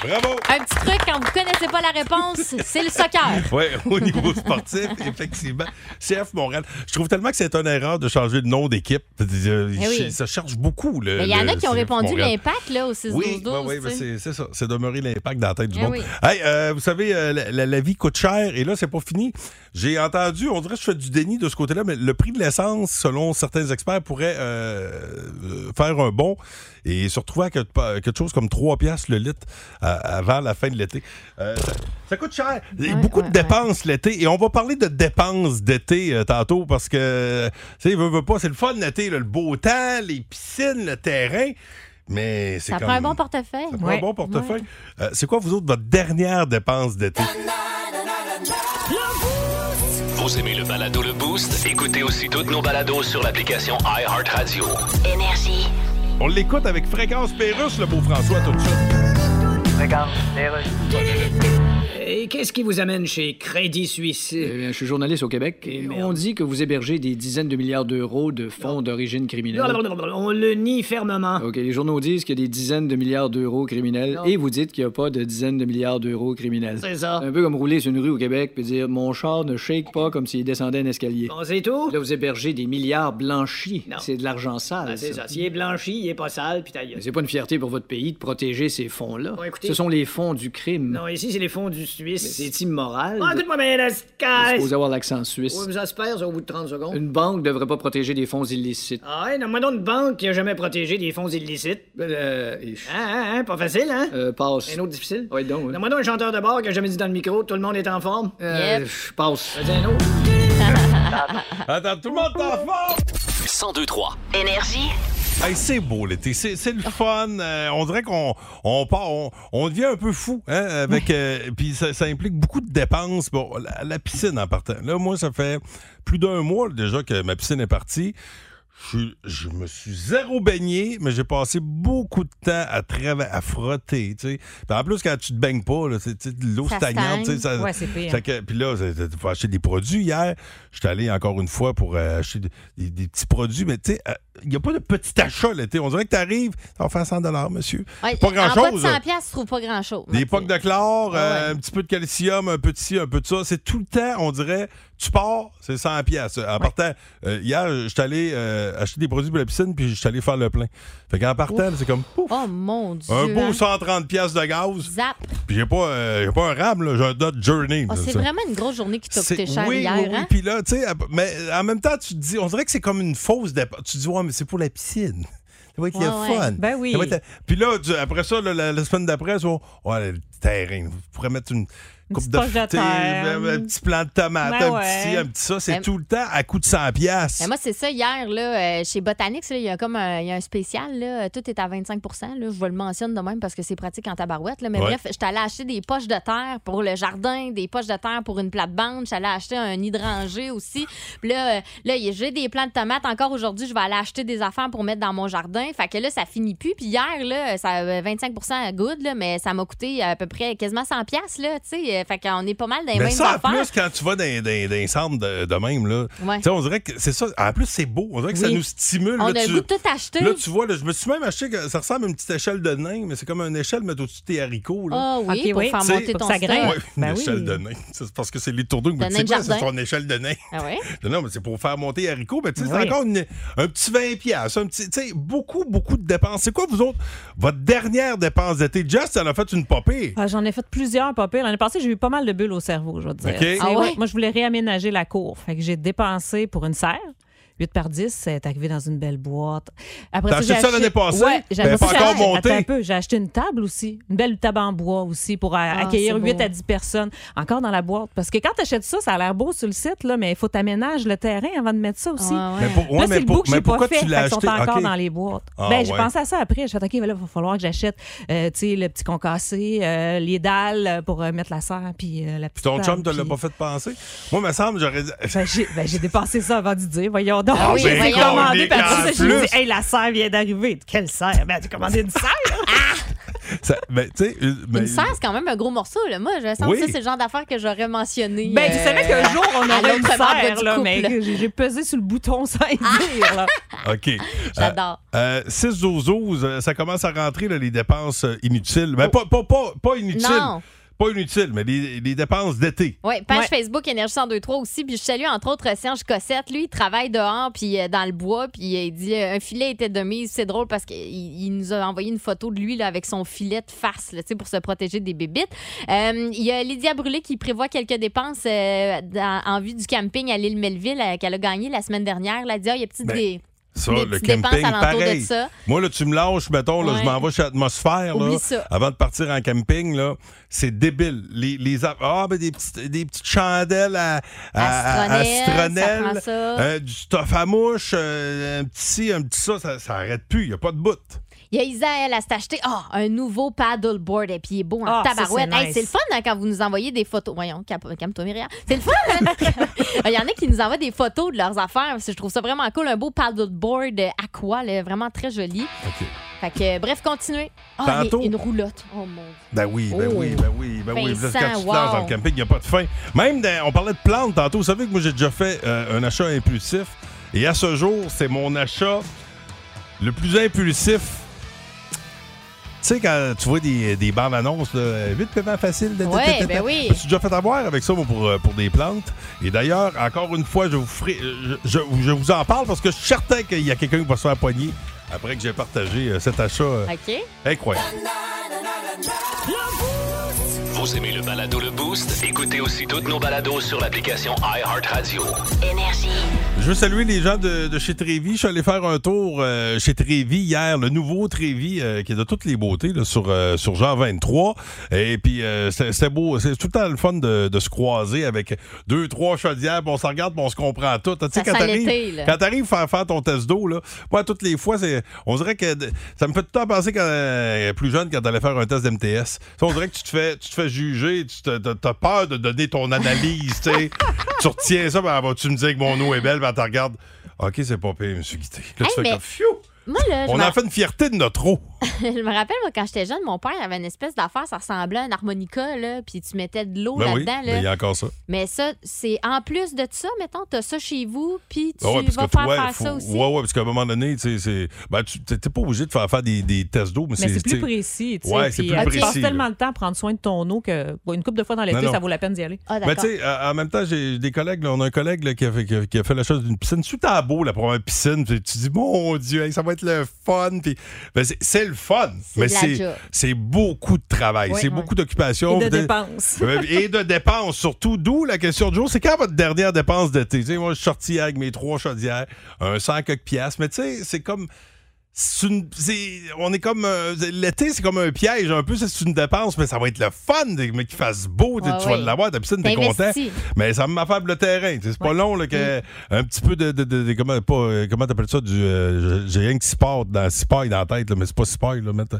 Speaker 1: Bravo!
Speaker 7: Un petit truc, quand vous connaissez pas la réponse, c'est le soccer.
Speaker 1: Oui, au niveau sportif, effectivement. CF Montréal. Je trouve tellement que c'est une erreur de changer le nom d'équipe. Euh,
Speaker 7: Eh oui.
Speaker 1: Ça charge beaucoup. Le,
Speaker 7: Mais il y en a
Speaker 1: le
Speaker 7: qui ont
Speaker 1: CF
Speaker 7: répondu
Speaker 1: Montréal.
Speaker 7: l'impact là, au 6-12-12.
Speaker 1: Oui, oui, oui,
Speaker 7: tu
Speaker 1: ben
Speaker 7: sais.
Speaker 1: c'est c'est ça. C'est demeurer l'impact dans la tête du
Speaker 7: Eh
Speaker 1: monde.
Speaker 7: oui.
Speaker 1: Hey, euh, vous savez, euh, la, la- la vie coûte cher et là, c'est pas fini. J'ai entendu, on dirait que je fais du déni de ce côté-là, mais le prix de l'essence, selon certains experts, pourrait euh, euh, faire un bond et se retrouver à quelque, quelque chose comme 3 piastres le litre euh, avant la fin de l'été. Euh, ça, ça coûte cher. Il y a
Speaker 7: Ouais,
Speaker 1: beaucoup
Speaker 7: ouais,
Speaker 1: de dépenses l'été et on va parler de dépenses d'été euh, tantôt parce que, tu sais, veut, veut pas, c'est le fun l'été, là, le beau temps, les piscines, le terrain. Mais c'est
Speaker 7: Ça
Speaker 1: comme...
Speaker 7: prend un bon portefeuille.
Speaker 1: Ça prend un bon portefeuille. Euh, c'est quoi, vous autres, votre dernière dépense d'été?
Speaker 2: Vous aimez le balado Le Boost? Écoutez aussi toutes nos balados sur l'application iHeartRadio.
Speaker 9: Énergie.
Speaker 1: On l'écoute avec Fréquence Pérusse, le beau François, tout de suite.
Speaker 4: Et Et qu'est-ce qui vous amène chez Crédit Suisse?
Speaker 9: Eh bien, je suis journaliste au Québec et on dit que vous hébergez des dizaines de milliards d'euros de fonds d'origine criminelle.
Speaker 4: Blablabla, On le nie fermement.
Speaker 9: OK, les journaux disent qu'il y a des dizaines de milliards d'euros criminels
Speaker 4: Non.
Speaker 9: et vous dites qu'il n'y a pas de dizaines de milliards d'euros criminels.
Speaker 4: C'est ça.
Speaker 9: un peu comme rouler sur une rue au Québec puis dire mon char ne shake pas comme s'il descendait un escalier.
Speaker 4: Bon, c'est tout?
Speaker 9: Là, vous hébergez des milliards blanchis.
Speaker 4: Non.
Speaker 9: C'est de l'argent sale.
Speaker 4: Ah, c'est
Speaker 9: ça.
Speaker 4: ça. S'il est blanchi, il est pas sale, puis ta gueule.
Speaker 9: Mais c'est pas une fierté pour votre pays de protéger ces fonds-là.
Speaker 4: Bon, écoutez-
Speaker 9: Ce sont les fonds du crime.
Speaker 4: Non, ici, c'est les fonds du
Speaker 9: Mais
Speaker 4: Suisse.
Speaker 9: C'est immoral.
Speaker 4: Ah,
Speaker 9: de-
Speaker 4: écoute-moi bien, la
Speaker 9: de
Speaker 4: sky!
Speaker 9: supposer avoir l'accent suisse.
Speaker 4: Oui, mais ça se perd au bout de 30 secondes.
Speaker 9: Une banque devrait pas protéger des fonds illicites.
Speaker 4: Ah ouais, nomme-moi donc une banque qui a jamais protégé des fonds illicites.
Speaker 9: Euh, et-
Speaker 4: Hein, hein, hein, pas facile, hein?
Speaker 9: euh, passe.
Speaker 4: Un autre difficile?
Speaker 9: Ouais, donc, euh, ouais.
Speaker 4: Nomme-moi donc un chanteur de bar qui a jamais dit dans le micro, tout le monde est en forme.
Speaker 9: Euh,
Speaker 7: Yep.
Speaker 9: je passe.
Speaker 4: Vas-y, un autre.
Speaker 1: Attends, tout le monde est en forme!
Speaker 2: 1023.
Speaker 10: Énergie.
Speaker 1: Hey, c'est beau l'été, c'est c'est le fun. Euh, on dirait qu'on on part, on, on devient un peu fou, hein, avec euh, puis ça, ça implique beaucoup de dépenses. Bon, la, la piscine en partant. Là, moi, ça fait plus d'un mois déjà que ma piscine est partie. Je, suis- je me suis zéro baigné, mais j'ai passé beaucoup de temps à travailler, à frotter. Tu sais. Puis en plus, quand tu te baignes pas, là, c'est tu sais, de l'eau
Speaker 7: Ça
Speaker 1: stagnante. tu sais, ça-
Speaker 11: Ouais, c'est pire.
Speaker 1: fait que- Puis là, c'est- c'est- faut acheter des produits. Hier, j'étais allé encore une fois pour euh, acheter des, des- des petits produits, mais tu sais, euh, il n'y a pas de petit achat l'été. On dirait que tu arrives, ça va faire 100 monsieur.
Speaker 7: Ouais,
Speaker 1: Pas
Speaker 7: En bas de
Speaker 1: grand-chose.
Speaker 7: 100 piastres, tu trouves pas grand-chose.
Speaker 1: Des pocs de chlore,
Speaker 7: Ah
Speaker 1: euh,
Speaker 7: ouais.
Speaker 1: un petit peu de calcium, un peu de ci, un peu de ça. C'est tout le temps, on dirait, tu pars, c'est 100 pièces. En partant, euh, hier, j'étais allé euh, acheter des produits pour la piscine, puis j'étais allé faire le plein. Fait qu'en partant, c'est comme, pouf,
Speaker 7: Oh mon Dieu.
Speaker 1: un beau
Speaker 7: hein.
Speaker 1: 130 pièces de gaz.
Speaker 7: Zap.
Speaker 1: Puis j'ai pas, euh, j'ai pas un RAM, là, j'ai un Dodge Journey.
Speaker 7: Oh,
Speaker 1: là,
Speaker 7: c'est
Speaker 1: ça.
Speaker 7: vraiment une grosse journée qui t'a
Speaker 1: C'est-
Speaker 7: coûté cher
Speaker 1: oui,
Speaker 7: hier.
Speaker 1: Oui, oui.
Speaker 7: hein?
Speaker 1: Puis là, tu sais, ap- mais en même temps, tu te dis, on dirait que c'est comme une fausse départ. Tu te dis, ouais, mais c'est pour la piscine. Tu vois qu'il y a
Speaker 7: Ouais, ouais.
Speaker 1: fun.
Speaker 11: Ben oui.
Speaker 1: Ça va être- Puis là, tu- après ça, là, la, la semaine d'après, tu vois, ouais, le terrain. Vous pourrez mettre une coupe
Speaker 11: petite
Speaker 1: de
Speaker 11: poche de
Speaker 1: fruité,
Speaker 11: terre.
Speaker 1: un, un petit plant de tomate,
Speaker 11: Ben
Speaker 1: un petit ci,
Speaker 11: ouais.
Speaker 1: un petit ça. C'est
Speaker 7: Ben-
Speaker 1: tout le temps à coût de 100 piastres.
Speaker 7: Ben, moi, c'est ça. Hier, là, euh, chez Botanix, là, il y a comme un, il y a un spécial. Là, tout est à 25 là, Je vous le mentionne de même parce que c'est pratique en tabarouette. Là, mais
Speaker 1: Ouais.
Speaker 7: bref, j'étais allée acheter des poches de terre pour le jardin, des poches de terre pour une plate-bande. J'étais allée acheter un hydranger aussi. Puis là, euh, là il y a- j'ai des plants de tomates. Encore aujourd'hui, je vais aller acheter des affaires pour mettre dans mon jardin. Fait que là, ça finit plus. Puis hier, là, ça euh, 25 à good, là, mais ça m'a coûté à peu près quasiment 100 là, tu sais. Euh, Fait qu'on est pas mal dans les
Speaker 1: Mais
Speaker 7: mêmes
Speaker 1: ça, en
Speaker 7: affaires.
Speaker 1: plus, quand tu vas dans, dans, dans les centres de, de même, là,
Speaker 7: Ouais.
Speaker 1: tu sais, on dirait que c'est ça. En plus, c'est beau. On dirait que ça
Speaker 7: Oui.
Speaker 1: nous stimule.
Speaker 7: On
Speaker 1: là,
Speaker 7: a
Speaker 1: tu-
Speaker 7: le goût de tout acheter.
Speaker 1: Là, tu vois, là, je me suis même acheté que ça ressemble à une petite échelle de nain, mais c'est comme une échelle, mais au-dessus de tes haricots. Là.
Speaker 7: Ah oui,
Speaker 11: Ok,
Speaker 7: pour
Speaker 11: oui.
Speaker 7: faire
Speaker 11: Tu
Speaker 1: sais,
Speaker 7: monter
Speaker 11: pour
Speaker 7: ton
Speaker 11: que ça
Speaker 7: stock.
Speaker 11: grimpe.
Speaker 1: Ouais, une
Speaker 11: Ben oui.
Speaker 1: échelle de nain. Ça, C'est parce que c'est les tourdeaux.
Speaker 7: De
Speaker 1: Mais tu
Speaker 7: nain
Speaker 1: sais
Speaker 7: de
Speaker 1: quoi, c'est
Speaker 7: jardin.
Speaker 1: son échelle de nain.
Speaker 7: Ah ouais?
Speaker 1: Non, non, mais c'est pour faire monter les haricots. Mais tu sais, c'est
Speaker 11: Oui.
Speaker 1: encore une- un petit 20 piastres, un petit, tu sais, beaucoup, beaucoup de dépenses. C'est quoi, vous autres, votre dernière dépense d'été? Just, elle a fait une popée.
Speaker 11: Ah, J'en ai fait plusieurs, pas pire. L'année passée, j'ai eu pas mal de bulles au cerveau, je veux dire.
Speaker 1: OK.
Speaker 11: C'est-
Speaker 7: Ah ouais?
Speaker 11: Moi, je voulais réaménager la cour. Fait que j'ai dépensé pour une serre. 8 par 10, c'est arrivé dans une belle boîte. Après
Speaker 1: T'as acheté
Speaker 11: j'ai
Speaker 1: ça l'année passée?
Speaker 11: Ouais, j'ai
Speaker 1: Ben,
Speaker 11: acheté
Speaker 1: pas
Speaker 11: ça.
Speaker 1: encore monté.
Speaker 11: Attends un peu, j'ai acheté une table aussi, une belle table en bois aussi pour euh, accueillir
Speaker 7: Ah, c'est beau.
Speaker 11: 8 à 10 personnes encore dans la boîte parce que quand tu achètes ça, ça a l'air beau sur le site là, mais il faut t'aménager le terrain avant de mettre ça aussi.
Speaker 7: Ah ouais.
Speaker 1: Mais, pour- ouais,
Speaker 11: Là, c'est le
Speaker 1: pour-
Speaker 11: bout que j'ai pas
Speaker 1: pourquoi
Speaker 11: fait.
Speaker 1: tu l'as
Speaker 11: fait qu'ils
Speaker 1: acheté?
Speaker 11: sont encore
Speaker 1: Ok.
Speaker 11: dans les boîtes.
Speaker 1: Ah,
Speaker 11: ben, j'ai
Speaker 1: ouais.
Speaker 11: pensé à ça après. J'ai fait, OK, ben là, il va falloir que j'achète, euh, tu sais, le petit concassé, euh, les dalles euh, pour euh, mettre la serre, puis euh, la
Speaker 1: Puis
Speaker 11: petite
Speaker 1: ton
Speaker 11: table,
Speaker 1: chum te l'a
Speaker 11: puis-
Speaker 1: pas fait penser? Moi, il me semble, j'aurais dit.
Speaker 11: Ben, j'ai, ben, j'ai dépassé ça avant d'y dire. Voyons donc.
Speaker 7: Ah oui,
Speaker 11: j'ai
Speaker 7: voyons.
Speaker 11: commandé,
Speaker 1: Les
Speaker 11: puis après ça,
Speaker 1: en
Speaker 11: j'ai dit,
Speaker 1: plus.
Speaker 11: hey, la serre vient d'arriver. Quelle serre? Ben, tu commandé une serre?
Speaker 1: ça- mais tu sais, une- ben, mais-
Speaker 7: Une serre, c'est quand même un gros morceau. Là. Moi, je sens
Speaker 1: Oui.
Speaker 7: que ça, c'est le genre d'affaire que j'aurais mentionné.
Speaker 11: Ben, tu
Speaker 7: euh,
Speaker 11: savais qu'un jour, on
Speaker 7: à
Speaker 11: aurait une
Speaker 7: l'autre membre
Speaker 11: serre,
Speaker 7: du
Speaker 11: là,
Speaker 7: couple. Ah.
Speaker 11: mais j'ai, j'ai pesé sur le bouton sans y dire, là.
Speaker 1: OK. Euh,
Speaker 7: J'adore.
Speaker 1: Euh, 6 12 12, euh, ça commence à rentrer là, les dépenses euh, inutiles. Ben, pas, pas, pas, pas inutiles.
Speaker 7: Non.
Speaker 1: Pas inutiles, mais les, les dépenses d'été.
Speaker 7: Oui, page
Speaker 11: Ouais.
Speaker 7: Facebook Énergie 1023 aussi. Puis je salue entre autres euh, Serge Cossette. Lui, il travaille dehors, puis euh, dans le bois. Puis euh, il dit euh, un filet était de mise. C'est drôle parce qu'il il nous a envoyé une photo de lui là, avec son filet de farce là, tu sais, pour se protéger des bébites. Euh, Il y a Lydia Brûlé qui prévoit quelques dépenses euh, dans- en vue du camping à l'île Melville euh, qu'elle a gagné la semaine dernière. Elle a dit Ah, il y a petit
Speaker 1: Ben,
Speaker 7: des,
Speaker 1: Ça,
Speaker 7: des
Speaker 1: le
Speaker 7: petites dépenses
Speaker 1: camping,
Speaker 7: alentour
Speaker 1: pareil.
Speaker 7: de ça.
Speaker 1: Moi, là, tu me lâches, mettons, là,
Speaker 7: Ouais.
Speaker 1: je m'en vais chez Atmosphère, là,
Speaker 7: Oublie ça.
Speaker 1: avant de partir en camping, là, c'est débile. Les, les, a- ah, ben, des petites, des petites chandelles à, à- à-
Speaker 7: Astronelle, ça
Speaker 1: astronelle,
Speaker 7: prend ça.
Speaker 1: euh, du stuff à mouche, euh, un petit ci, un petit ça, ça, ça arrête plus, il n'y a pas de bout.
Speaker 7: Il y a Isa, elle, elle s'est acheté ah, un nouveau paddleboard et puis il est beau en
Speaker 11: Ah, ça,
Speaker 7: tabarouette.
Speaker 11: c'est
Speaker 7: Hey,
Speaker 11: nice.
Speaker 7: c'est le fun hein, quand vous nous envoyez des photos. Voyons, cap- calme-toi, Myriam. C'est le fun. hein? Il y en a qui nous envoient des photos de leurs affaires. parce que Je trouve ça vraiment cool. Un beau paddleboard euh, aqua, là, vraiment très joli.
Speaker 1: OK.
Speaker 7: Fait que, euh, bref, continuez. Ah, les-
Speaker 1: Tantôt.
Speaker 7: une roulotte. Oh mon Dieu.
Speaker 1: Ben oui, ben
Speaker 7: Oh.
Speaker 1: oui, ben oui, ben oui. Là,
Speaker 7: Vincent,
Speaker 1: quand tu te lances
Speaker 7: wow.
Speaker 1: dans le camping, il n'y a pas de fin. Même, dans- on parlait de plantes tantôt. Vous savez que moi, j'ai déjà fait euh, un achat impulsif. Et à ce jour, c'est mon achat le plus impulsif. Tu sais, quand tu vois des, des bandes annonces, là, vite paiement facile. da, da, da,
Speaker 7: Ouais,
Speaker 1: da, da.
Speaker 7: ben oui.
Speaker 1: Je me suis déjà fait avoir avec ça, moi, pour, euh, pour des plantes. Et d'ailleurs, encore une fois, je vous, ferai- euh, je, je- je vous en parle parce que je suis certain qu'il y a quelqu'un qui va se faire poigner après que j'ai partagé euh, cet achat euh,
Speaker 7: OK.
Speaker 1: incroyable.
Speaker 2: Vous aimez le balado Le Boost? Écoutez aussi toutes nos balados sur l'application iHeartRadio.
Speaker 10: Énergie.
Speaker 1: Je veux saluer les gens de, de chez Trévi. Je suis allé faire un tour euh, chez Trévi hier, le nouveau Trévi euh, qui est de toutes les beautés là, sur, euh, sur Jean 23. Et puis, euh, c'est- c'était beau. C'est tout le temps le fun de, de se croiser avec deux, trois chaudières. puis On se regarde, puis on se comprend tout. Tu sais,
Speaker 7: Ça
Speaker 1: quand
Speaker 7: sent
Speaker 1: t'arrives-
Speaker 7: l'été, là.
Speaker 1: quand t'arrives faire faire ton test d'eau, là, moi, toutes les fois, c'est, on dirait que de- ça me fait tout le temps penser quand euh, plus jeune, quand t'allais faire un test d'MTS. Ça, on dirait que tu te fais, tu te fais juger, tu te- te- t'as peur de donner ton analyse, tu sais. Tu retiens ça, ben, tu me dire que mon eau est belle, ben, t'en regardes. OK, c'est pas pire, je me suis quitté. Là, tu
Speaker 7: Hey,
Speaker 1: fais
Speaker 7: mais-
Speaker 1: comme, Pfiou!
Speaker 7: Moi, là, je
Speaker 1: On
Speaker 7: m'en-
Speaker 1: en fait une fierté de notre eau.
Speaker 7: je me rappelle, moi, quand j'étais jeune, mon père avait une espèce d'affaire, ça ressemblait à un harmonica, là, puis tu mettais de l'eau
Speaker 1: Ben oui,
Speaker 7: Oh, là-dedans.
Speaker 1: mais il y
Speaker 7: là.
Speaker 1: a encore ça.
Speaker 7: Mais ça, c'est en plus de ça, mettons, t'as ça chez vous, puis tu
Speaker 1: Ah parce
Speaker 7: vas
Speaker 1: que
Speaker 7: faire
Speaker 1: toi,
Speaker 7: faire
Speaker 1: faut-
Speaker 7: ça aussi.
Speaker 1: Ouais, ouais, parce qu'à un moment donné, tu sais, c'est. Ben, tu t'es pas obligé de faire faire des, des tests d'eau, mais,
Speaker 11: Mais c'est
Speaker 1: tu
Speaker 11: plus
Speaker 1: sais-
Speaker 11: précis. tu sais,
Speaker 1: Ouais, c'est
Speaker 11: puis,
Speaker 1: plus
Speaker 11: euh, Tu
Speaker 1: précis,
Speaker 11: passes
Speaker 1: là.
Speaker 11: tellement de temps à prendre soin de ton eau que bon, une couple de fois dans l'été,
Speaker 1: Non, non.
Speaker 11: ça vaut la peine d'y aller.
Speaker 7: Ah,
Speaker 1: Ben, tu sais, euh, en même temps, j'ai des collègues. là, on a un collègue là, qui, a fait, qui a- qui a fait la chose d'une piscine sous tableau, la première piscine. Puis tu dis, mon Dieu, hey, ça va être le fun. Puis, ben, c'est- c'est le fun,
Speaker 11: C'est
Speaker 1: mais
Speaker 11: de la
Speaker 1: c'est
Speaker 11: job.
Speaker 1: c'est beaucoup de travail,
Speaker 11: Oui.
Speaker 1: c'est
Speaker 11: Ouais.
Speaker 1: beaucoup d'occupation.
Speaker 11: Et de
Speaker 1: Vous-
Speaker 11: dépenses.
Speaker 1: Euh, Et de dépenses, surtout. D'où la question du jour c'est quand votre dernière dépense d'été? Tu sais, moi, je suis sorti hier avec mes trois chaudières, un 100 quelques piastres. Mais tu sais, c'est comme. c'est une- c'est- on est comme euh, l'été, c'est comme un piège un peu. C'est une dépense, mais ça va être le fun, mais qu'il fasse beau, tu sais,
Speaker 12: Ouais,
Speaker 1: tu vas
Speaker 12: ouais.
Speaker 1: l'avoir, ta piscine, t'es content.
Speaker 12: T'investis.
Speaker 1: Mais ça m'affable le terrain. tu sais, C'est pas long là,
Speaker 7: Mm.
Speaker 1: que un petit peu de, de- de- de- comment pas, euh, comment t'appelles ça du euh, j'ai j'ai rien que sport dans sport dans la tête là, mais c'est pas sport là, mais t'as-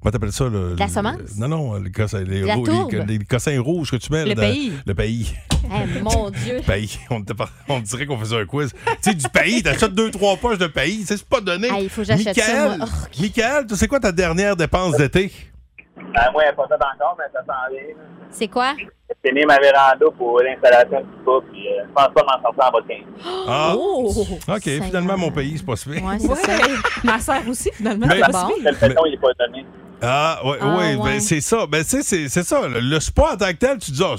Speaker 1: comment t'appelles ça là,
Speaker 7: la
Speaker 1: le-
Speaker 7: semence?
Speaker 1: Non non, le cossin- les,
Speaker 7: La
Speaker 1: rou-
Speaker 7: tourbe?
Speaker 1: les- les cossins rouges que tu mets là,
Speaker 7: Le
Speaker 1: dans-
Speaker 7: pays.
Speaker 1: le pays.
Speaker 7: Eh, mon Dieu.
Speaker 1: Pays. On, était par- on dirait qu'on faisait un quiz. tu sais, du pays, t'achètes deux, trois poches de pays. tu sais, C'est pas donné.
Speaker 7: Ah, il faut que j'achète ça, moi.
Speaker 1: Michael, Michael, tu sais quoi ta dernière dépense d'été?
Speaker 13: Ben, moi, elle est pas faite encore, mais ça s'en vient.
Speaker 7: C'est quoi?
Speaker 13: J'ai fini ma véranda pour l'installation du tout, puis euh, je pense pas m'en sortir en bas de 15.
Speaker 1: Ah.
Speaker 11: Oh!
Speaker 1: OK, finalement, mon pays, c'est pas suffit.
Speaker 11: Ma sœur aussi, finalement.
Speaker 1: Mais-
Speaker 11: c'est bon.
Speaker 1: Le béton, il est
Speaker 13: pas donné.
Speaker 1: Ah, ouais,
Speaker 11: Ah,
Speaker 1: ouais,
Speaker 11: ouais.
Speaker 1: ben, c'est ça. Ben, tu sais, c'est c'est ça. Le, le spa en tant que tel, tu te dis, ah,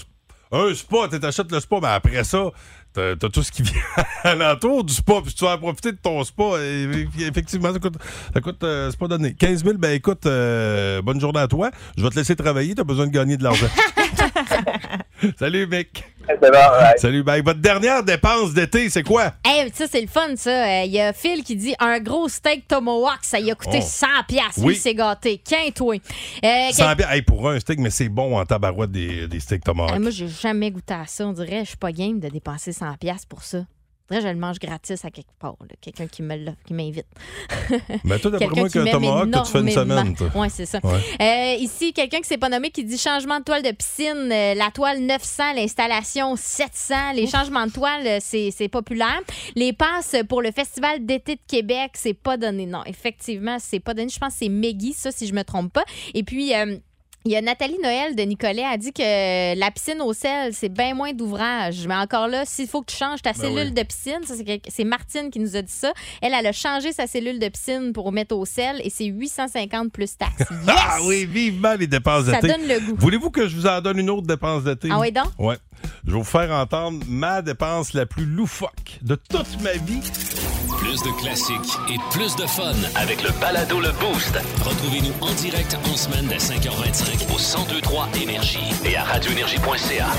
Speaker 1: un spa, tu t'achètes le spa, mais après ça, t'as t'as tout ce qui vient alentour du spa, puis tu vas en profiter de ton spa. Et- et- effectivement, ça coûte, ça coûte euh, c'est pas donné. 15 000, ben, écoute, euh, bonne journée à toi. Je vais te laisser travailler, t'as besoin de gagner de l'argent. Salut, mec. Salut, bye. Votre dernière dépense d'été, c'est quoi?
Speaker 7: Hey, ça, c'est le fun, ça. Il y a Phil qui dit un gros steak tomahawk, ça y a coûté
Speaker 1: Oh.
Speaker 7: 100 pièces.
Speaker 1: Oui.
Speaker 7: Oui, c'est gâté. Quintoué. Euh,
Speaker 1: Cent
Speaker 7: quel-
Speaker 1: pi- hey, pour un steak, mais c'est bon en tabarouette des, des steaks tomahawk.
Speaker 7: Euh, moi, j'ai jamais goûté à ça. On dirait, je suis pas game de dépenser 100 pièces pour ça. On dirait que je le mange gratis à quelque part. là. Quelqu'un qui me l'a- qui m'invite.
Speaker 1: Mais toi, d'après
Speaker 7: Quelqu'un
Speaker 1: moi,
Speaker 7: qui
Speaker 1: qu'un
Speaker 7: m'aime
Speaker 1: tomahawk, toi, tu fais une
Speaker 7: énormément.
Speaker 1: semaine, toi.
Speaker 7: Ouais, c'est ça.
Speaker 1: Ouais.
Speaker 7: Euh, ici, quelqu'un qui s'est pas nommé qui dit changement de toile de piscine, euh, la toile 900, l'installation 700. Les changements de toile, euh, c'est c'est populaire. Les passes pour le Festival d'été de Québec, c'est pas donné. Non, effectivement, c'est pas donné. Je pense que c'est Meggy, ça, si je me trompe pas. Et puis. euh, il y a Nathalie Noël de Nicolet a dit que la piscine au sel, c'est bien moins d'ouvrage. Mais encore là, s'il faut que tu changes ta
Speaker 14: Ben
Speaker 7: cellule
Speaker 14: oui.
Speaker 7: de piscine, ça, c'est quel- c'est Martine qui nous a dit ça. Elle, elle a changé sa cellule de piscine pour mettre au sel et c'est 850 plus taxes.
Speaker 1: Ah oui, vivement les dépenses
Speaker 7: Ça
Speaker 1: d'été.
Speaker 7: donne le goût.
Speaker 1: Voulez-vous que je vous en donne une autre dépense d'été?
Speaker 7: Ah oui, donc?
Speaker 1: Ouais. Je vais vous faire entendre ma dépense la plus loufoque de toute ma vie.
Speaker 2: Plus de classiques et plus de fun avec le balado Le Boost. Retrouvez-nous en direct en semaine dès 5h25 au 1023 Énergie et à radioénergie.ca.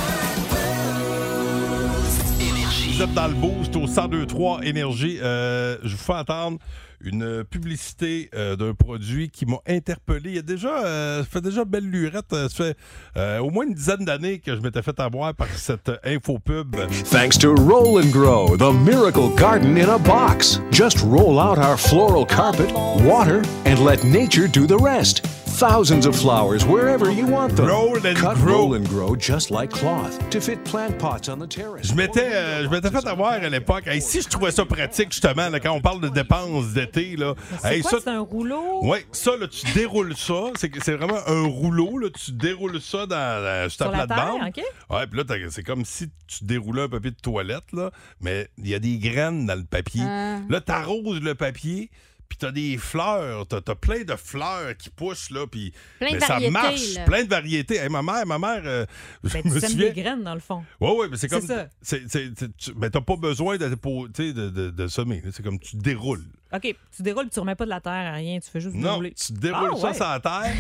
Speaker 1: Vous êtes dans le boost au 1023 Énergie. Euh, je vous fais entendre une publicité euh, d'un produit qui m'a interpellé. Il y a déjà, euh, ça fait déjà belle lurette. Euh, Ça fait euh, au moins une dizaine d'années que je m'étais fait avoir par cette euh, infopub.
Speaker 15: Thanks to Roll and Grow, Oh, the miracle garden in a box. Just roll out our floral carpet, water, and let nature do the rest. Thousands of flowers wherever you want them.
Speaker 1: Roll and
Speaker 15: Cut,
Speaker 1: grow.
Speaker 15: roll and grow just like cloth to fit plant pots on the terrace.
Speaker 1: Je m'étais, euh, je m'étais fait avoir à l'époque. Hey, si je trouvais ça pratique, justement, là, quand on parle de dépenses d'été, là.
Speaker 11: C'est
Speaker 1: hey,
Speaker 11: quoi,
Speaker 1: ça-
Speaker 11: c'est un rouleau?
Speaker 1: Oui, ça, là, tu déroules ça. C'est que- c'est vraiment un rouleau. Là, tu déroules ça dans, la- sur ta
Speaker 11: Sur la
Speaker 1: plate-bande.
Speaker 11: terre,
Speaker 1: Ouais, puis là, t'as- c'est comme si tu déroulais un papier de toilette, là, mais il y a des graines dans le papier.
Speaker 11: Ah.
Speaker 1: Là, t'arroses le papier, puis t'as des fleurs. T'as as plein de fleurs qui poussent, là, puis
Speaker 11: Plein de
Speaker 1: mais ça
Speaker 11: variétés,
Speaker 1: marche.
Speaker 11: là.
Speaker 1: Plein de variétés. Hey, ma mère, ma mère, euh,
Speaker 11: Ben,
Speaker 1: je me
Speaker 11: tu sèmes des
Speaker 1: souviens...
Speaker 11: graines, dans le fond.
Speaker 1: Oui, oui, mais c'est
Speaker 11: C'est
Speaker 1: comme.
Speaker 11: ça.
Speaker 1: c'est- c'est- c'est- tu- mais t'as pas besoin de, pour- tu sais, de, de- de semer. là. C'est comme tu déroules.
Speaker 11: OK, tu déroules, tu remets pas de la terre à rien, tu fais juste
Speaker 1: Non,
Speaker 11: dérouler.
Speaker 1: tu déroules
Speaker 11: Ah,
Speaker 1: ça
Speaker 11: ouais.
Speaker 1: sur la terre,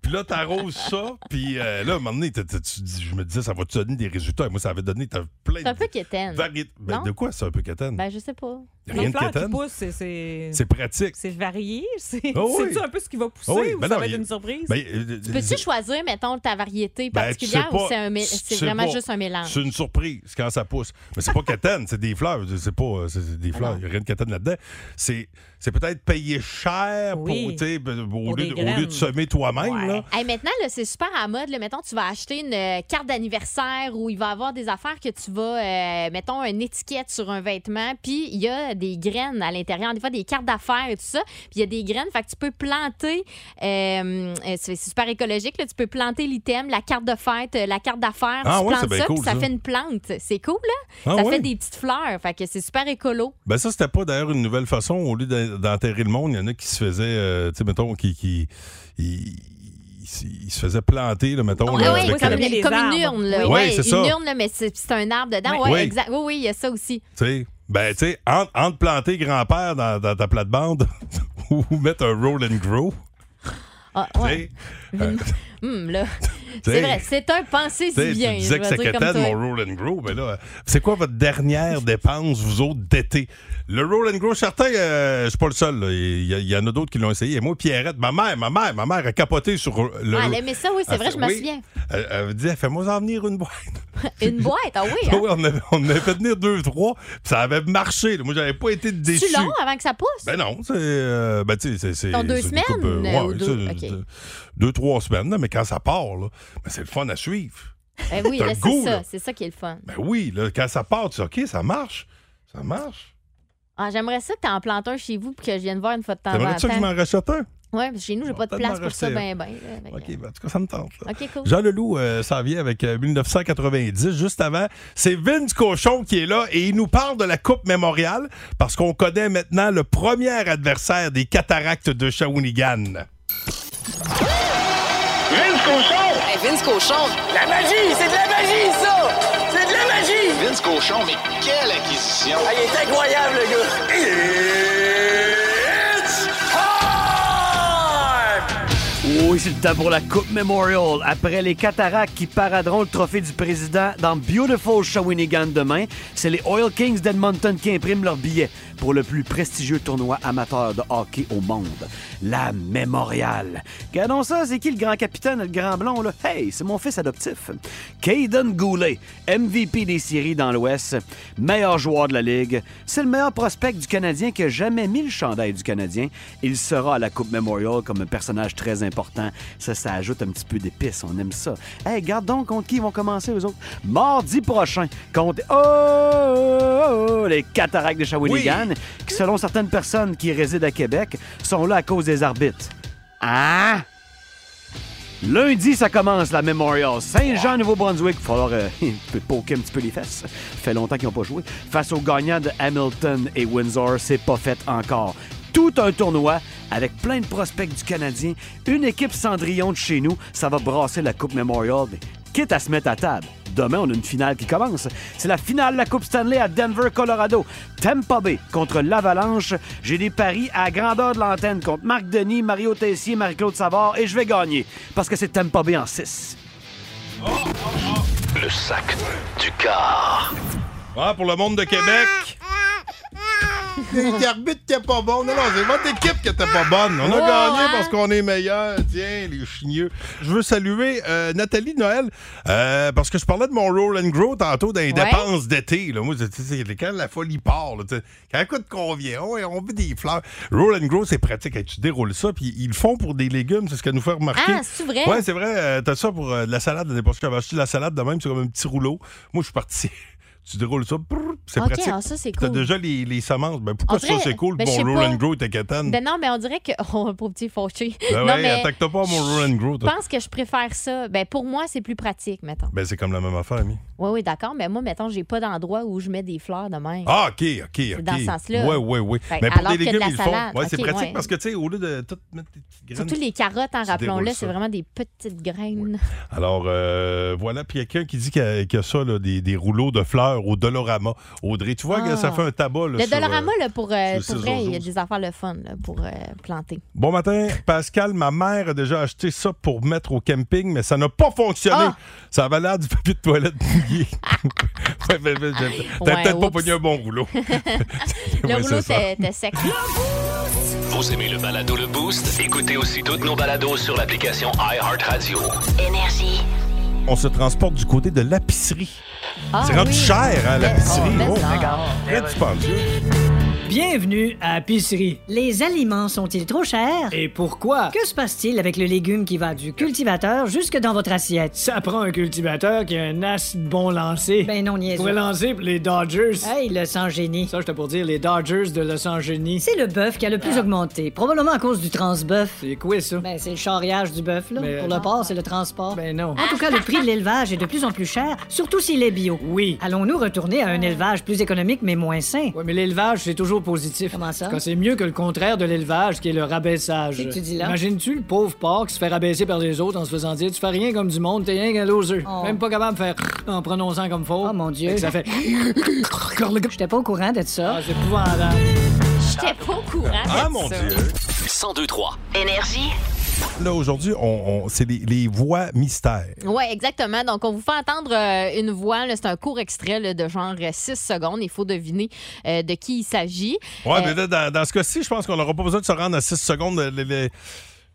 Speaker 1: puis là, t'arroses ça, puis euh, là, à un moment donné, t'as- t'as- tu dis- je me disais, ça va te donner des résultats. Et moi, ça avait donné t'as plein
Speaker 7: C'est un
Speaker 1: de
Speaker 7: peu quétaine.
Speaker 1: variétés. Ben,
Speaker 7: Non?
Speaker 1: de quoi, c'est un peu quétaine?
Speaker 7: Ben, je sais pas.
Speaker 1: Rien
Speaker 11: Les
Speaker 1: de
Speaker 11: fleurs qui
Speaker 1: quétaine.
Speaker 11: poussent, c'est- c'est...
Speaker 1: C'est pratique.
Speaker 11: C'est varié? C'est
Speaker 1: Oh oui.
Speaker 11: c'est-tu un peu ce qui va pousser
Speaker 1: Ah oui,
Speaker 11: ou
Speaker 1: ben
Speaker 11: ça
Speaker 1: non,
Speaker 11: va être
Speaker 1: il-
Speaker 11: une surprise?
Speaker 1: ben, euh,
Speaker 7: Tu Peux-tu choisir, mettons, ta variété
Speaker 1: Ben,
Speaker 7: particulière
Speaker 1: tu sais
Speaker 7: ou c'est
Speaker 1: pas.
Speaker 7: un mé-
Speaker 1: Tu
Speaker 7: c'est
Speaker 1: sais
Speaker 7: vraiment
Speaker 1: pas.
Speaker 7: juste un mélange?
Speaker 1: C'est une surprise quand ça pousse. Mais c'est pas quétaine, c'est des fleurs. C'est pas euh, c'est- c'est des
Speaker 7: Ah
Speaker 1: fleurs. Il n'y a rien de quétaine là-dedans. C'est c'est peut-être payer cher pour,
Speaker 7: Oui.
Speaker 1: tu sais, ben, au,
Speaker 7: Pour
Speaker 1: lieu,
Speaker 7: des
Speaker 1: de- au lieu
Speaker 7: graines.
Speaker 1: de semer toi-même. là.
Speaker 7: Hey, maintenant, là, c'est super à la mode. là. Mettons, tu vas acheter une euh, carte d'anniversaire où il va y avoir des affaires que tu vas, euh, mettons, une étiquette sur un vêtement, puis il y a des graines à l'intérieur, des fois des cartes d'affaires et tout ça, puis il y a des graines, fait que tu peux planter, euh, euh, c'est c'est super écologique, là, tu peux planter l'item, la carte de fête, euh, la carte d'affaires,
Speaker 1: Ah
Speaker 7: tu
Speaker 1: ouais, c'est
Speaker 7: plantes
Speaker 1: bien
Speaker 7: ça,
Speaker 1: cool,
Speaker 7: puis ça
Speaker 1: ça.
Speaker 7: fait une plante. C'est cool, là?
Speaker 1: Ah
Speaker 7: ça
Speaker 1: ouais.
Speaker 7: fait des petites fleurs, fait que c'est super écolo.
Speaker 1: Ben ça, c'était pas d'ailleurs une nouvelle façon. Au lieu d'en- d'enterrer le monde, il y en a qui se faisaient, euh, tu sais, mettons, qui. qui ils- ils- ils se faisaient planter, là, mettons.
Speaker 7: Ah
Speaker 1: là,
Speaker 7: oui,
Speaker 1: avec,
Speaker 7: comme,
Speaker 1: euh,
Speaker 7: une, comme une urne. Là.
Speaker 1: Oui,
Speaker 7: Ouais,
Speaker 1: c'est
Speaker 7: une
Speaker 1: ça.
Speaker 7: urne, là, mais c'est c'est un arbre dedans.
Speaker 1: Oui.
Speaker 7: Ouais, exact. Oui, oui, il y a ça aussi.
Speaker 1: Tu sais, ben, tu sais, entre, entre planter grand-père dans, dans ta plate-bande ou mettre un roll and grow.
Speaker 7: Ah,
Speaker 1: tu
Speaker 7: ouais.
Speaker 1: sais, euh,
Speaker 7: Hum, là.
Speaker 1: T'sais,
Speaker 7: C'est vrai, c'est un pensée
Speaker 1: tu sais,
Speaker 7: si bien.
Speaker 1: tu
Speaker 7: je
Speaker 1: disais que
Speaker 7: vais
Speaker 1: c'est
Speaker 7: dire comme
Speaker 1: quétaine,
Speaker 7: toi.
Speaker 1: mon roll and grow. Ben là, euh, c'est quoi votre dernière dépense, vous autres, d'été? Le roll and grow, certains, euh, je suis pas le seul. là. Il y, a- il y en a d'autres qui l'ont essayé. Et moi, Pierrette, ma mère, ma mère, ma mère a capoté sur le.
Speaker 7: Ah, elle aimait ça, oui, c'est
Speaker 1: Elle
Speaker 7: vrai,
Speaker 1: fait-
Speaker 7: je me
Speaker 1: oui.
Speaker 7: souviens.
Speaker 1: Elle, elle me disait, fais-moi en venir une boîte.
Speaker 7: Une boîte, ah oui.
Speaker 1: Ah
Speaker 7: hein.
Speaker 1: oui, on, avait, on avait fait venir deux, trois, puis ça avait marché. là. Moi, j'avais pas été déçu.
Speaker 7: C'est long avant que ça pousse.
Speaker 1: Ben non, c'est. euh, ben, tu sais, c'est- c'est.
Speaker 7: Dans deux
Speaker 1: c'est une
Speaker 7: semaines, euh, ou
Speaker 1: ouais,
Speaker 7: deux?
Speaker 1: tu sais,
Speaker 7: Ok.
Speaker 1: deux- deux, trois semaines, là, mais quand ça part, là, ben, c'est le fun à suivre.
Speaker 7: Ben oui,
Speaker 1: t'as
Speaker 7: là,
Speaker 1: le
Speaker 7: c'est
Speaker 1: goût,
Speaker 7: ça.
Speaker 1: là.
Speaker 7: C'est ça qui est le fun.
Speaker 1: Ben oui, là, quand ça part, tu dis, OK, ça marche. Ça marche.
Speaker 7: Ah, J'aimerais ça que tu en plantes un chez vous puis que je vienne voir une fois de temps en
Speaker 1: T'aimerais-tu ça que je m'en
Speaker 7: temps.
Speaker 1: rachète un?
Speaker 7: Oui, chez nous, j'ai pas de
Speaker 1: peut-être
Speaker 7: place
Speaker 1: m'en
Speaker 7: pour ça,
Speaker 1: racheter
Speaker 7: ben,
Speaker 1: un.
Speaker 7: ben. là, fait que-
Speaker 1: OK, ben, en tout cas, ça me tente. là.
Speaker 7: OK, cool.
Speaker 1: Jean Leloup euh, s'en vient avec euh, 1990, juste avant. C'est Vince Cochon qui est là et il nous parle de la Coupe Mémoriale parce qu'on connaît maintenant le premier adversaire des cataractes de Shawinigan.
Speaker 10: Vince Cochon! Vince Cochon! La magie! C'est de la magie, ça! C'est de la magie! Vince Cochon, mais quelle acquisition! Ah, il est incroyable, le gars! It's
Speaker 12: Oui, c'est le temps pour la Coupe Memorial. Après les cataractes qui paraderont le trophée du président dans Beautiful Shawinigan demain, c'est les Oil Kings d'Edmonton qui impriment leur billet pour le plus prestigieux tournoi amateur de hockey au monde, la Memorial. Regardons ça, c'est qui le grand capitaine, le grand blond, là? Hey, c'est mon fils adoptif. Caden Goulet, MVP des séries dans l'Ouest, meilleur joueur de la Ligue. C'est le meilleur prospect du Canadien qui a jamais mis le chandail du Canadien. Il sera à la Coupe Memorial comme un personnage très important. Ça, ça ajoute un petit peu d'épices. On aime ça. Hey, regarde donc contre qui ils vont commencer, eux autres. Mardi prochain, contre oh, oh, oh, les cataractes de Shawinigan, qui, selon certaines personnes qui résident à Québec, sont là à cause des arbitres. Ah! Lundi, ça commence la Memorial Saint-Jean-Nouveau-Brunswick. Il falloir euh, poker un petit peu les fesses. fait longtemps qu'ils n'ont pas joué. Face aux gagnants de Hamilton et Windsor, c'est pas fait encore. Tout un tournoi avec plein de prospects du Canadien. Une équipe Cendrillon de chez nous. Ça va brasser la Coupe Memorial. mais quitte à se mettre à table. Demain, on a une finale qui commence. C'est la finale de la Coupe Stanley à Denver, Colorado. Tampa Bay contre l'Avalanche. J'ai des paris à la grandeur de l'antenne contre Marc Denis, Mario Tessier, Marie-Claude Savard et je vais gagner parce que c'est Tampa Bay en 6.
Speaker 2: Le sac du car.
Speaker 1: Ah, pour le monde de Québec. Les arbitres étaient pas bons. Non, non, c'est votre équipe qui était pas bonne. On a
Speaker 16: Oh,
Speaker 1: gagné
Speaker 16: hein?
Speaker 1: parce qu'on est meilleur. Tiens, les chigneux. Je veux saluer euh, Nathalie Noël euh, parce que je parlais de mon roll and grow tantôt dans les
Speaker 16: Ouais.
Speaker 1: dépenses d'été. là. Moi, je- tu sais, quand la folie part, là, tu sais, quand écoute qu'on vient, on, on veut des fleurs. Roll and grow, c'est pratique. Hey, tu déroules ça, puis ils le font pour des légumes. C'est ce qu'elle nous fait remarquer.
Speaker 7: Ah, c'est vrai?
Speaker 1: Ouais, c'est vrai. euh, T'as ça pour euh, de la salade. là, Parce que j'avais acheté de la salade de même, c'est comme un petit rouleau. Moi, je suis parti. Tu déroules ça, brrr, c'est
Speaker 7: Ok,
Speaker 1: pratique.
Speaker 7: ah, ça, c'est
Speaker 1: T'as
Speaker 7: cool.
Speaker 1: déjà les, les semences. Ben, pourquoi
Speaker 7: On dirait-
Speaker 1: ça, c'est cool?
Speaker 7: ben, je
Speaker 1: bon,
Speaker 7: sais
Speaker 1: roll
Speaker 7: pas.
Speaker 1: and grow, t'es catane.
Speaker 7: Ben non, mais on dirait que. Oh, le pauvre petit fauché.
Speaker 1: Ben
Speaker 7: non,
Speaker 1: ouais,
Speaker 7: mais
Speaker 1: attaque-toi pas à mon roll and grow.
Speaker 7: Je
Speaker 1: toi.
Speaker 7: pense que je préfère ça. Ben, pour moi, c'est plus pratique, mettons.
Speaker 1: Ben, c'est comme la même affaire, ami.
Speaker 7: Oui, oui, d'accord, mais moi, mettons, j'ai pas d'endroit où je mets des fleurs de même.
Speaker 1: Ah, OK, OK, OK.
Speaker 7: dans ce sens-là.
Speaker 1: Oui, oui, oui.
Speaker 7: Fait-
Speaker 1: Mais pour
Speaker 7: alors
Speaker 1: des
Speaker 7: que de
Speaker 1: légumes,
Speaker 7: la
Speaker 1: ils le
Speaker 7: salade,
Speaker 1: font. Ouais, c'est
Speaker 7: ok,
Speaker 1: pratique
Speaker 7: ouais.
Speaker 1: parce que, tu sais, au lieu de tout mettre des petites graines.
Speaker 7: Surtout les carottes, en
Speaker 1: tu déroules
Speaker 7: rappelons-le,
Speaker 1: ça.
Speaker 7: c'est vraiment des petites graines.
Speaker 1: Alors, euh, voilà. Puis il y a quelqu'un qui dit qu'il y a, qu'il y a ça, là, des, des rouleaux de fleurs au Dolorama. Audrey, tu vois que
Speaker 7: Ah.
Speaker 1: ça fait un tabac.
Speaker 7: le
Speaker 1: Là, sur, euh,
Speaker 7: Dolorama, là, pour, euh, pour
Speaker 1: sur le
Speaker 7: vrai, il y a
Speaker 1: 612.
Speaker 7: des affaires le fun là, pour euh, planter.
Speaker 1: Bon matin, Pascal. Ma mère a déjà acheté ça pour mettre au camping, mais ça n'a pas fonctionné.
Speaker 7: Ah!
Speaker 1: Ça avait l'air du papier de toilette mouillé. Ouais, mais- mais- T'as
Speaker 7: Ouais,
Speaker 1: peut-être pas
Speaker 7: oups.
Speaker 1: pogné un bon rouleau.
Speaker 7: Le
Speaker 1: Ouais,
Speaker 7: rouleau,
Speaker 1: c'est ça.
Speaker 7: t'es t'es sec.
Speaker 2: Vous aimez le balado Le Boost? Écoutez aussi toutes nos balados sur l'application iHeartRadio.
Speaker 17: Énergie.
Speaker 1: On se transporte du côté de l'épicerie.
Speaker 17: Ah
Speaker 1: c'est rendu
Speaker 17: oui.
Speaker 1: cher, hein, l'épicerie.
Speaker 17: Mais- oh,
Speaker 1: Oh,
Speaker 17: mais
Speaker 1: très dispendieux.
Speaker 5: Bienvenue à Pisserie.
Speaker 18: Les aliments sont-ils trop chers?
Speaker 5: Et pourquoi?
Speaker 18: Que se passe-t-il avec le légume qui va du cultivateur jusque dans votre assiette?
Speaker 5: Ça prend un cultivateur qui a un assez bon lancer.
Speaker 18: Ben non,
Speaker 5: Il
Speaker 18: niaiseux.
Speaker 5: pourrait lancer pour les Dodgers.
Speaker 18: Hey, le sang-génie.
Speaker 5: Ça, j'étais pour dire les Dodgers de Los Angeles.
Speaker 18: C'est le bœuf qui a le plus augmenté, probablement à cause du transbœuf.
Speaker 5: C'est quoi ça?
Speaker 18: Ben, c'est le charriage du bœuf, là.
Speaker 1: Ben,
Speaker 5: Mais-
Speaker 18: Pour
Speaker 1: euh,
Speaker 18: le porc, c'est le transport.
Speaker 5: Ben non.
Speaker 18: En tout cas, le prix de l'élevage est de plus en plus cher, surtout s'il est bio.
Speaker 5: Oui.
Speaker 18: Allons-nous retourner à un
Speaker 11: Ah.
Speaker 18: élevage plus économique mais moins sain?
Speaker 5: Ouais, mais l'élevage, c'est toujours positif.
Speaker 18: Comment ça?
Speaker 5: Quand c'est mieux que le contraire de l'élevage, qui est le rabaissage.
Speaker 18: Qu'est-ce que tu dis là?
Speaker 5: Imagines-tu le pauvre porc qui se fait rabaisser par les autres en se faisant dire Tu fais rien comme du monde, t'es rien qu'un loser.
Speaker 18: Oh.
Speaker 5: Même pas capable de faire en prononçant comme faux. Oh mon
Speaker 18: Dieu.
Speaker 5: Ça fait.
Speaker 18: J'étais pas au courant de ça.
Speaker 5: Ah, c'est épouvantable.
Speaker 7: J'étais pas au courant.
Speaker 1: Ah,
Speaker 7: de
Speaker 1: mon
Speaker 7: ça.
Speaker 1: Dieu.
Speaker 2: 1023.
Speaker 7: Énergie.
Speaker 1: Là, aujourd'hui, on, on- c'est les, les voix mystères.
Speaker 7: Oui, exactement. Donc, on vous fait entendre euh, une voix. là. C'est un court extrait là, de genre 6 secondes. Il faut deviner euh, de qui il s'agit.
Speaker 1: Ouais,
Speaker 7: Euh,
Speaker 17: Eh.
Speaker 1: mais là, dans, dans ce cas-ci, je pense qu'on n'aura pas besoin de se rendre à 6 secondes. Le, le-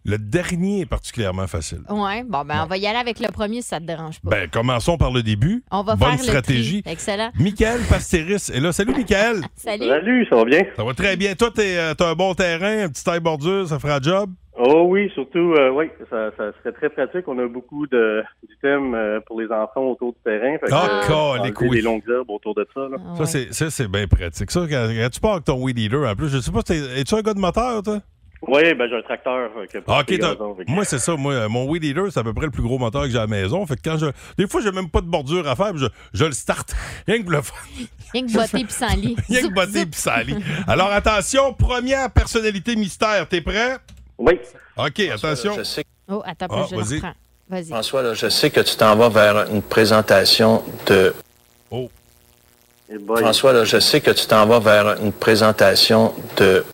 Speaker 1: le dernier est particulièrement facile.
Speaker 7: ouais. Bon, ben, on va y aller avec le premier si ça te dérange
Speaker 17: Oh.
Speaker 7: pas.
Speaker 1: Ben, commençons par le début.
Speaker 7: On va
Speaker 1: Bonne
Speaker 7: faire le
Speaker 1: stratégie.
Speaker 7: tri. Excellent.
Speaker 1: Michael Pasteris est là. Salut, Michael.
Speaker 7: Salut.
Speaker 19: ça va bien?
Speaker 1: Ça va très bien. Toi, t'es, euh, t'as un bon terrain, un petit taille bordure, ça fera job.
Speaker 19: Oh oui, surtout, euh, oui, ça, ça serait très pratique. On a beaucoup de d'items euh, pour les enfants autour du terrain. Fait que, euh,
Speaker 1: Ah,
Speaker 19: enlever
Speaker 1: calique, oui.
Speaker 19: des longues herbes autour de ça. là.
Speaker 1: Ça, c'est, ça, c'est bien pratique. Ça, quand, quand tu pars avec ton weed eater, en plus, je sais pas, si t'es, es-tu un gars de moteur, toi?
Speaker 19: Oui, ben j'ai un tracteur. fait que pour
Speaker 1: Ah,
Speaker 19: couper le
Speaker 1: ok, t'as-
Speaker 19: gazon, fait que-
Speaker 1: moi, c'est ça. Moi, euh, mon weed eater, c'est à peu près le plus gros moteur que j'ai à la maison. Fait que quand je. Des fois, j'ai même pas de bordure à faire, puis je, je le start. Rien que pour le fun.
Speaker 7: Rien que botter puis sans lit.
Speaker 1: Rien que botté puis ça allait. Alors attention, première personnalité mystère, t'es prêt?
Speaker 19: Oui.
Speaker 1: OK, attention.
Speaker 20: je sais.
Speaker 7: Oh, attends,
Speaker 20: Ah,
Speaker 7: je le
Speaker 20: vas-y.
Speaker 7: reprends. Vas-y.
Speaker 20: François, là, je sais que tu t'en vas vers une présentation de.
Speaker 1: Oh.
Speaker 19: Eh
Speaker 20: François, là, je sais que tu t'en vas vers une présentation de.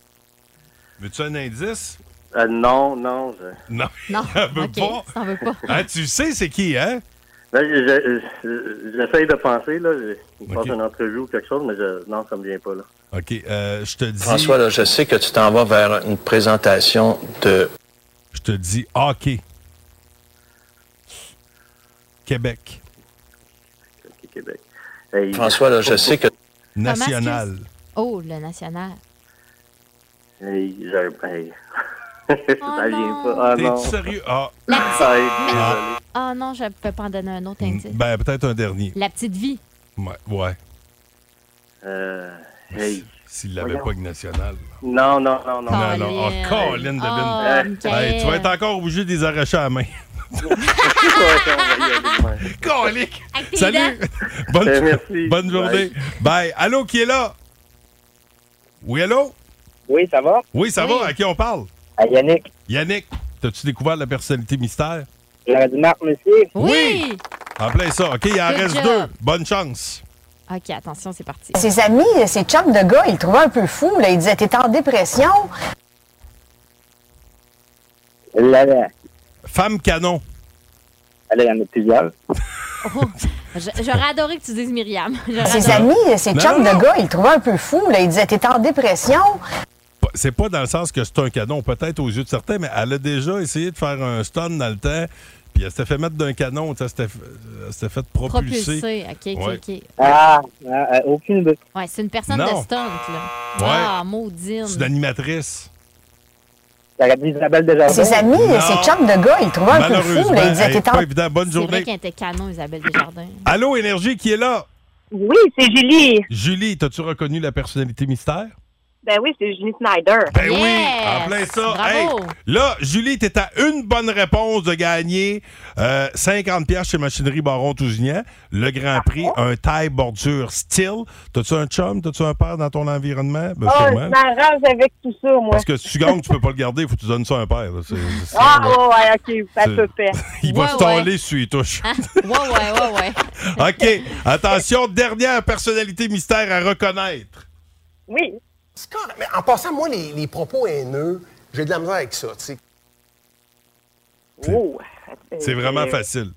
Speaker 1: Veux-tu un indice?
Speaker 19: Euh, non, non. Je...
Speaker 1: Non.
Speaker 7: Non,
Speaker 1: Elle veut
Speaker 7: OK,
Speaker 1: pas.
Speaker 7: t'en veux pas.
Speaker 1: Ah, tu sais c'est qui, hein?
Speaker 19: Ben, je- je- je- J'essaye de penser, là. Je, je passe une entrevue ou quelque chose, mais je, non, ça me vient pas, là.
Speaker 1: OK, euh, je te dis.
Speaker 20: François, là, je sais que tu t'en vas vers une présentation de.
Speaker 1: Je te dis hockey. Québec.
Speaker 19: Québec.
Speaker 20: François, là, je sais que.
Speaker 1: National.
Speaker 7: Oh, le national.
Speaker 19: Hey, je- hey.
Speaker 7: Oh
Speaker 19: ça vient pas. Ah,
Speaker 1: T'es
Speaker 19: non.
Speaker 1: sérieux? Ah.
Speaker 19: Ah, hey,
Speaker 1: Ah,
Speaker 7: Ah non, je peux pas en donner un autre indice.
Speaker 1: Ben, peut-être un dernier.
Speaker 7: La petite vie.
Speaker 1: Ouais. ouais.
Speaker 19: Euh, hey.
Speaker 1: S'il l'avait pas avec National.
Speaker 19: Non, non, non, non.
Speaker 1: Non, non. Oh, Colin de
Speaker 19: Oh,
Speaker 1: Bin.
Speaker 19: Michael.
Speaker 1: Hey, tu vas être encore obligé de les arracher à la main. Colique. Salut! Bonne,
Speaker 3: Eh,
Speaker 1: bonne journée. Bye. Allô, qui est là? Oui, allô?
Speaker 3: Oui, ça va?
Speaker 1: Oui, ça va? À qui on parle?
Speaker 3: À Yannick.
Speaker 1: Yannick, t'as-tu découvert la personnalité mystère?
Speaker 3: J'aurais dit Marc Messier.
Speaker 1: Oui! En plein ça. OK, il en
Speaker 7: Good
Speaker 1: reste
Speaker 7: job.
Speaker 1: deux. Bonne chance.
Speaker 7: OK, attention, c'est parti.
Speaker 21: Ses amis, ses chums de gars, ils le trouvaient un peu fou. Là. Ils disaient T'es en dépression.
Speaker 3: Là, là,
Speaker 1: Femme canon.
Speaker 3: il y en a plusieurs.
Speaker 7: Oh, Je- J'aurais adoré que tu dises Myriam. J'aurais
Speaker 21: Ses
Speaker 7: adoré.
Speaker 21: amis, ses chums de gars, ils le trouvaient un peu fou. Là. Ils disaient T'es en dépression.
Speaker 1: Pas- C'est pas dans le sens que c'est un canon, peut-être aux yeux de certains, mais elle a déjà essayé de faire un stun dans le temps, puis elle s'était fait mettre d'un canon, tu sais, elle s'était f- elle s'était fait propulser.
Speaker 7: Propulsé. OK, OK,
Speaker 1: Ouais.
Speaker 7: OK.
Speaker 22: Ah, ah, ah, aucune idée.
Speaker 7: Ouais, c'est une personne de
Speaker 1: Non.
Speaker 7: stunt, là.
Speaker 1: Ouais.
Speaker 7: Ah, maudine.
Speaker 1: C'est une animatrice.
Speaker 22: T'aurais dit Isabelle Desjardins.
Speaker 21: Ses amis,
Speaker 1: Non.
Speaker 21: ses chums de gars, ils le trouvaient un peu fou. Là. Ils
Speaker 1: Malheureusement,
Speaker 21: disaient
Speaker 1: hey,
Speaker 21: T'es en
Speaker 1: pas évident. Bonne
Speaker 7: C'est vrai
Speaker 1: journée.
Speaker 7: qu'elle était canon, Isabelle Desjardins.
Speaker 1: Allô, Énergie, qui est là?
Speaker 3: Oui, c'est Julie.
Speaker 1: Julie, t'as-tu reconnu la personnalité mystère?
Speaker 3: Ben oui, c'est Julie Snyder.
Speaker 1: Ben oui, en plein ça.
Speaker 3: Bravo.
Speaker 1: Hey, là, Julie, t'es à une bonne réponse de gagner euh, 50 pièces chez Machinerie Baron Tousignan. Le
Speaker 3: Ah
Speaker 1: Grand Prix, un taille bordure style. T'as-tu un chum? T'as-tu un père dans ton environnement? Ben,
Speaker 3: oh, je
Speaker 1: sûrement.
Speaker 3: m'arrange avec tout ça, moi.
Speaker 1: Parce que si tu gagnes, tu peux pas le garder. Faut que tu donnes ça à un père. là. C'est- c'est-
Speaker 3: Ah, oh, ouais, OK, ça
Speaker 1: C'est-
Speaker 3: se fait.
Speaker 1: Il va se
Speaker 3: tourner.
Speaker 1: toller si il touche.
Speaker 7: ouais, ouais, ouais, ouais.
Speaker 1: OK. Attention, dernière personnalité mystère à reconnaître.
Speaker 3: Oui.
Speaker 23: Mais en passant, moi, les, les propos haineux, j'ai de la misère avec ça, tu sais.
Speaker 3: Oh.
Speaker 1: C'est
Speaker 3: eh.
Speaker 1: vraiment facile.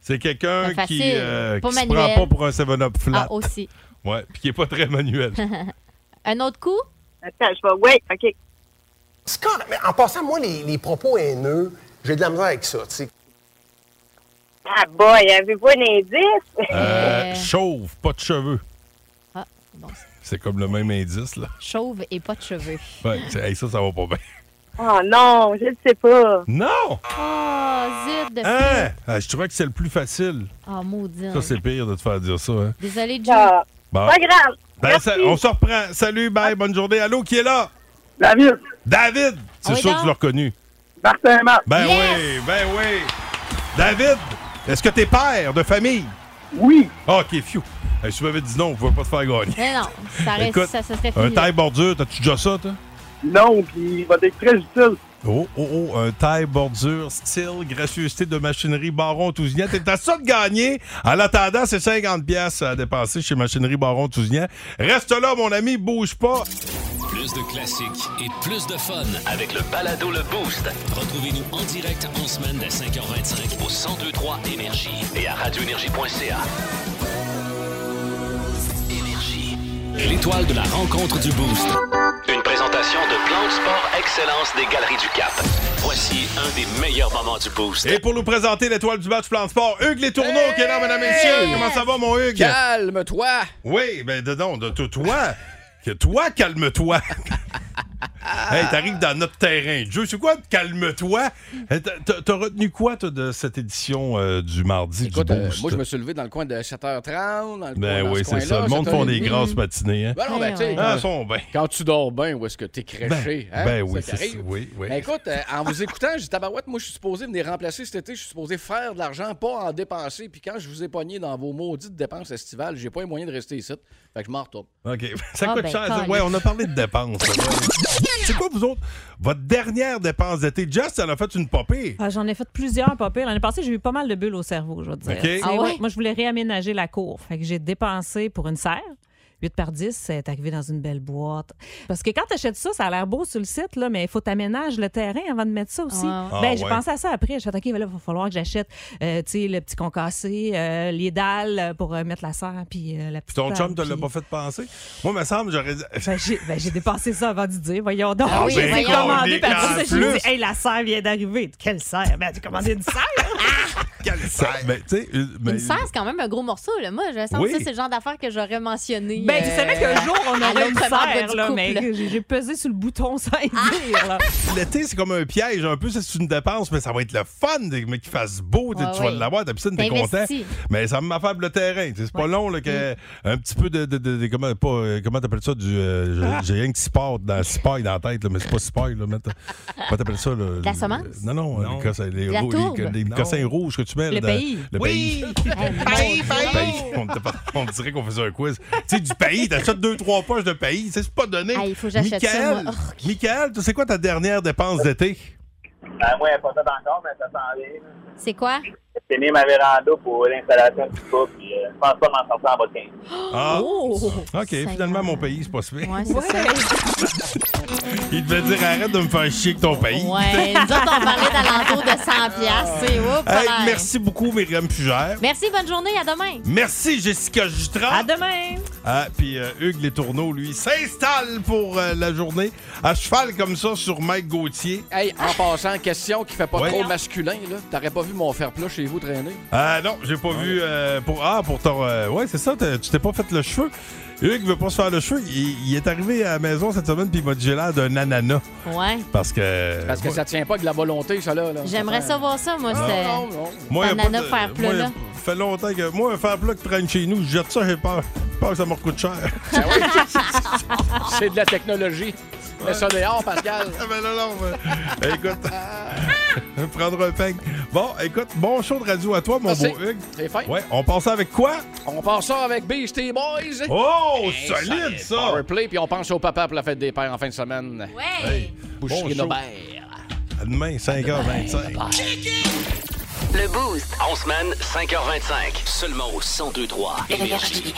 Speaker 1: C'est quelqu'un
Speaker 7: C'est facile.
Speaker 1: qui, euh,
Speaker 7: Pas
Speaker 1: qui se prend
Speaker 7: manuel.
Speaker 1: pas pour un 7-up flat.
Speaker 7: Ah, aussi.
Speaker 1: Ouais, puis qui est pas très manuel.
Speaker 7: un autre coup?
Speaker 3: Attends, je vais. Ouais, OK.
Speaker 23: Scott, mais en passant, moi, les, les propos haineux, j'ai de la misère avec ça, tu sais.
Speaker 3: Ah, boy, avez-vous un indice?
Speaker 1: Euh, chauve, pas de cheveux.
Speaker 7: Ah, bon.
Speaker 1: C'est comme le même indice, là.
Speaker 7: Chauve et pas de cheveux.
Speaker 1: Ouais, c'est- hey, ça, ça va pas bien.
Speaker 3: Oh non, je ne sais pas.
Speaker 1: Non!
Speaker 7: Oh, zut de
Speaker 1: Hein?
Speaker 7: fil.
Speaker 1: Ah, je trouvais que c'est le plus facile.
Speaker 7: Oh, maudine.
Speaker 1: Ça, c'est pire de te faire dire ça. Hein?
Speaker 7: Désolée, Julie.
Speaker 1: Bon.
Speaker 7: Pas grave.
Speaker 1: Ben, ça- on se reprend. Salut, bye, bonne journée. Allô, qui est là? David. David! C'est
Speaker 18: Oui,
Speaker 1: sûr
Speaker 18: donc.
Speaker 1: que tu l'as reconnu.
Speaker 18: Martin Matt.
Speaker 1: Ben oui, ben oui. David, est-ce que t'es père de famille? Oui. Ah, ok, fiu. Hey, si tu m'avais dit non, on pouvait pas te faire gagner.
Speaker 7: Mais non, ça, reste,
Speaker 1: Ben, Écoute,
Speaker 7: ça, ça serait fini.
Speaker 1: Un
Speaker 7: là.
Speaker 1: taille bordure, t'as-tu déjà ça, toi?
Speaker 18: Non, puis il va être très utile.
Speaker 1: Oh, oh, oh, un taille bordure, style, gracieuseté de machinerie Baron Tousignan. T'es à ça de gagner. En attendant, c'est 50 pièces à dépenser chez machinerie Baron Tousignan. Reste là, mon ami, bouge pas.
Speaker 2: Plus de classiques et plus de fun avec le balado Le Boost. Retrouvez-nous en direct en semaine dès 5h25 au 1023 Énergie et à radioénergie.ca. Énergie. L'étoile de la rencontre du Boost. Une présentation de Plan de Sport Excellence des Galeries du Cap. Voici un des meilleurs moments du Boost.
Speaker 1: Et pour nous présenter l'étoile du match plan de sport, Hugues Les Tourneaux, qui est là, mesdames et messieurs. Comment ça va, mon Hugues?
Speaker 18: Calme-toi.
Speaker 1: Oui, ben de- non, de de- toi. Que toi, calme-toi. hey, t'arrives dans notre terrain de jeu. C'est quoi, calme-toi? Hey, t'as- t'as- T'as retenu quoi, toi, de cette édition euh, du mardi
Speaker 18: Écoute,
Speaker 1: du
Speaker 18: euh,
Speaker 1: Boost?
Speaker 18: moi, je me suis levé dans le coin de 7h30. Dans le coin,
Speaker 1: Ben
Speaker 18: dans
Speaker 1: oui,
Speaker 18: ce
Speaker 1: c'est
Speaker 18: coin-là,
Speaker 1: ça. Le monde font des
Speaker 18: 7h30.
Speaker 1: grosses matinées. Hein?
Speaker 18: Ben non, ben, tu sais,
Speaker 1: Ah,
Speaker 18: quand-
Speaker 1: sont bien.
Speaker 18: Quand tu dors bien, où est-ce que t'es créché?
Speaker 1: Ben,
Speaker 18: hein?
Speaker 1: ben
Speaker 18: ça
Speaker 1: oui,
Speaker 18: qui
Speaker 1: c'est
Speaker 18: arrive.
Speaker 1: ça, oui, oui.
Speaker 18: Ben, écoute, euh, en vous écoutant, j'ai dit, tabarouette, moi, je suis supposé venir remplacer cet été, je suis supposé faire de l'argent, pas en dépenser. Puis quand je vous ai pogné dans vos maudites dépenses estivales, j'ai pas les moyens de rester ici. Fait que je m'en retourne.
Speaker 1: OK. Ça
Speaker 18: Ah,
Speaker 1: coûte cher.
Speaker 18: ben,
Speaker 1: ça.
Speaker 18: calme.
Speaker 1: Ouais, on a parlé de dépenses. là. C'est quoi, vous autres, votre dernière dépense d'été? Just, elle a fait une popée.
Speaker 11: Ah, J'en ai fait plusieurs, pas pire. L'année passée, j'ai eu pas mal de bulles au cerveau, je vais te dire.
Speaker 1: OK.
Speaker 11: C'est-
Speaker 1: Ah ouais?
Speaker 11: moi, je voulais réaménager la cour. Fait que j'ai dépensé pour une serre. 8 par 10, c'est arrivé dans une belle boîte. Parce que quand tu achètes ça, ça a l'air beau sur le site, là, mais il faut t'aménager le terrain avant de mettre ça aussi.
Speaker 24: Ah.
Speaker 11: Ben,
Speaker 24: Ah
Speaker 11: j'ai
Speaker 24: ouais.
Speaker 11: pensé à ça après. J'ai fait, OK, ben là, il va falloir que j'achète euh, tu sais, le petit concassé, euh, les dalles euh, pour euh, mettre la serre, puis euh, la
Speaker 1: Puis
Speaker 11: petite.
Speaker 18: ben,
Speaker 1: ton chum te
Speaker 11: table,
Speaker 1: l'a
Speaker 11: puis-
Speaker 1: pas fait penser? Moi, me semble, j'aurais dit.
Speaker 11: Ben, j'ai ben, j'ai dépensé ça avant de dire, voyons donc.
Speaker 1: Ah oui,
Speaker 11: j'ai
Speaker 1: voyons.
Speaker 11: commandé, puis
Speaker 1: En
Speaker 11: après ça, j'ai
Speaker 1: plus.
Speaker 11: dit, hey, la serre vient d'arriver. Quelle serre? Ben, tu commandé une serre?
Speaker 1: Ça- ben, tu sais, euh, ben,
Speaker 7: Une serre, c'est quand même un gros morceau. Là. Moi, je sens
Speaker 1: Oui.
Speaker 7: que ça, c'est le genre d'affaire que j'aurais mentionné.
Speaker 11: Ben, tu
Speaker 7: euh,
Speaker 11: savais qu'un jour, on
Speaker 7: à
Speaker 11: aurait une
Speaker 7: l'autre membre
Speaker 11: serre,
Speaker 7: du
Speaker 11: là,
Speaker 7: couple. Ah!
Speaker 11: mais j'ai j'ai pesé sur le bouton sans y dire, là.
Speaker 1: L'été, c'est comme un piège un peu. C'est une dépense, mais ça va être le fun des- mais qu'il fasse beau. tu sais,
Speaker 11: Ouais,
Speaker 1: tu vas
Speaker 11: ouais.
Speaker 1: l'avoir, ta piscine, t'es content.
Speaker 11: T'investis.
Speaker 1: Mais ça m'affable le terrain. tu sais, C'est pas long là,
Speaker 7: Mm.
Speaker 1: que un petit peu de, de- de- de- comment pas, euh, comment t'appelles ça du euh, j'ai-
Speaker 7: Ah.
Speaker 1: j'ai rien que sport dans sport dans la tête là, mais c'est pas sport là. mais t'as- Comment t'appelles ça là,
Speaker 7: La
Speaker 1: le-
Speaker 7: semence?
Speaker 1: Non non, les cossins- les,
Speaker 7: La
Speaker 1: rou-
Speaker 7: tourbe?
Speaker 1: les- les
Speaker 7: Non.
Speaker 1: cossins rouges que tu mets. là,
Speaker 7: Le
Speaker 1: dans-
Speaker 7: pays.
Speaker 1: Le
Speaker 7: Oui.
Speaker 1: pays.
Speaker 7: Hey, mon Dieu.
Speaker 1: Pays. On, te par- on dirait qu'on faisait un quiz. tu sais du pays, t'achètes deux trois poches de pays, tu sais, c'est pas donné.
Speaker 7: Ah, il faut que j'achète ça,
Speaker 1: Michael,
Speaker 7: moi.
Speaker 1: Michael, tu sais quoi ta dernière dépense d'été?
Speaker 13: Ben, moi, elle est pas faite encore, mais ça s'en vient.
Speaker 7: C'est quoi?
Speaker 13: J'ai mis ma véranda pour l'installation du pas, puis euh, je pense pas m'en sortir en bas de 15.
Speaker 1: Ah.
Speaker 7: Oh!
Speaker 11: Oh!
Speaker 1: OK, finalement, mon pays, c'est pas super. Il devait dire arrête de me faire chier avec ton pays.
Speaker 7: Ouais, nous autres, on parlait d'alentour de
Speaker 11: Ah.
Speaker 7: 100$. piastres, c'est ouf,
Speaker 1: Hey,
Speaker 7: voilà.
Speaker 1: merci beaucoup, Myriam Fugère.
Speaker 7: Merci, bonne journée, à demain.
Speaker 1: Merci, Jessica Jutras.
Speaker 7: À demain.
Speaker 1: Ah, puis euh, Hugues Les Tourneaux, lui, s'installe pour euh, la journée à cheval comme ça sur Mike Gauthier.
Speaker 18: Hey, en passant, question qui fait pas
Speaker 1: Ouais.
Speaker 18: trop masculin, là. T'aurais pas vu mon fer plat chez vous traîner?
Speaker 1: Ah non, j'ai pas vu. euh, pour, ah, pour ton. euh, ouais, c'est ça, t'as- tu t'es pas fait le cheveu. Hugues veut pas se faire le cheveu. Il, il est arrivé à la maison cette semaine, puis il m'a dit j'ai l'air d'un ananas.
Speaker 7: Ouais.
Speaker 1: Parce que.
Speaker 18: Parce que ça tient pas que de la volonté, ça, là. là.
Speaker 7: J'aimerais
Speaker 18: Ça fait-
Speaker 7: savoir ça,
Speaker 1: Ah.
Speaker 7: moi,
Speaker 18: Non,
Speaker 7: c'est.
Speaker 18: non, non.
Speaker 1: Moi, y a pas
Speaker 7: Banana
Speaker 1: de-
Speaker 7: faire plat,
Speaker 1: moi, y a-
Speaker 7: là.
Speaker 1: fait longtemps que. Moi, un fer plat qui traîne chez nous, je jette ça, j'ai peur. J'ai peur que ça me coûte cher.
Speaker 18: C'est de la technologie. Mets ça dehors, Pascal.
Speaker 1: ben non, non, écoute. Prendre un peigne. Bon, écoute, bon show de radio à toi, mon
Speaker 18: Merci.
Speaker 1: beau Hugues.
Speaker 18: C'est fin.
Speaker 1: Ouais, on passe avec quoi?
Speaker 18: On part ça avec Beastie Boys.
Speaker 1: Oh,
Speaker 18: Hey,
Speaker 1: solide, ça.
Speaker 18: Powerplay, puis on pense au papa pour la fête des pères en fin de semaine. Ouais. Boucherie
Speaker 1: Bon show.
Speaker 18: Nobert.
Speaker 1: À demain, 5h25.
Speaker 2: Le Boost. En semaine, 5h25. Seulement au 102.3 Énergie.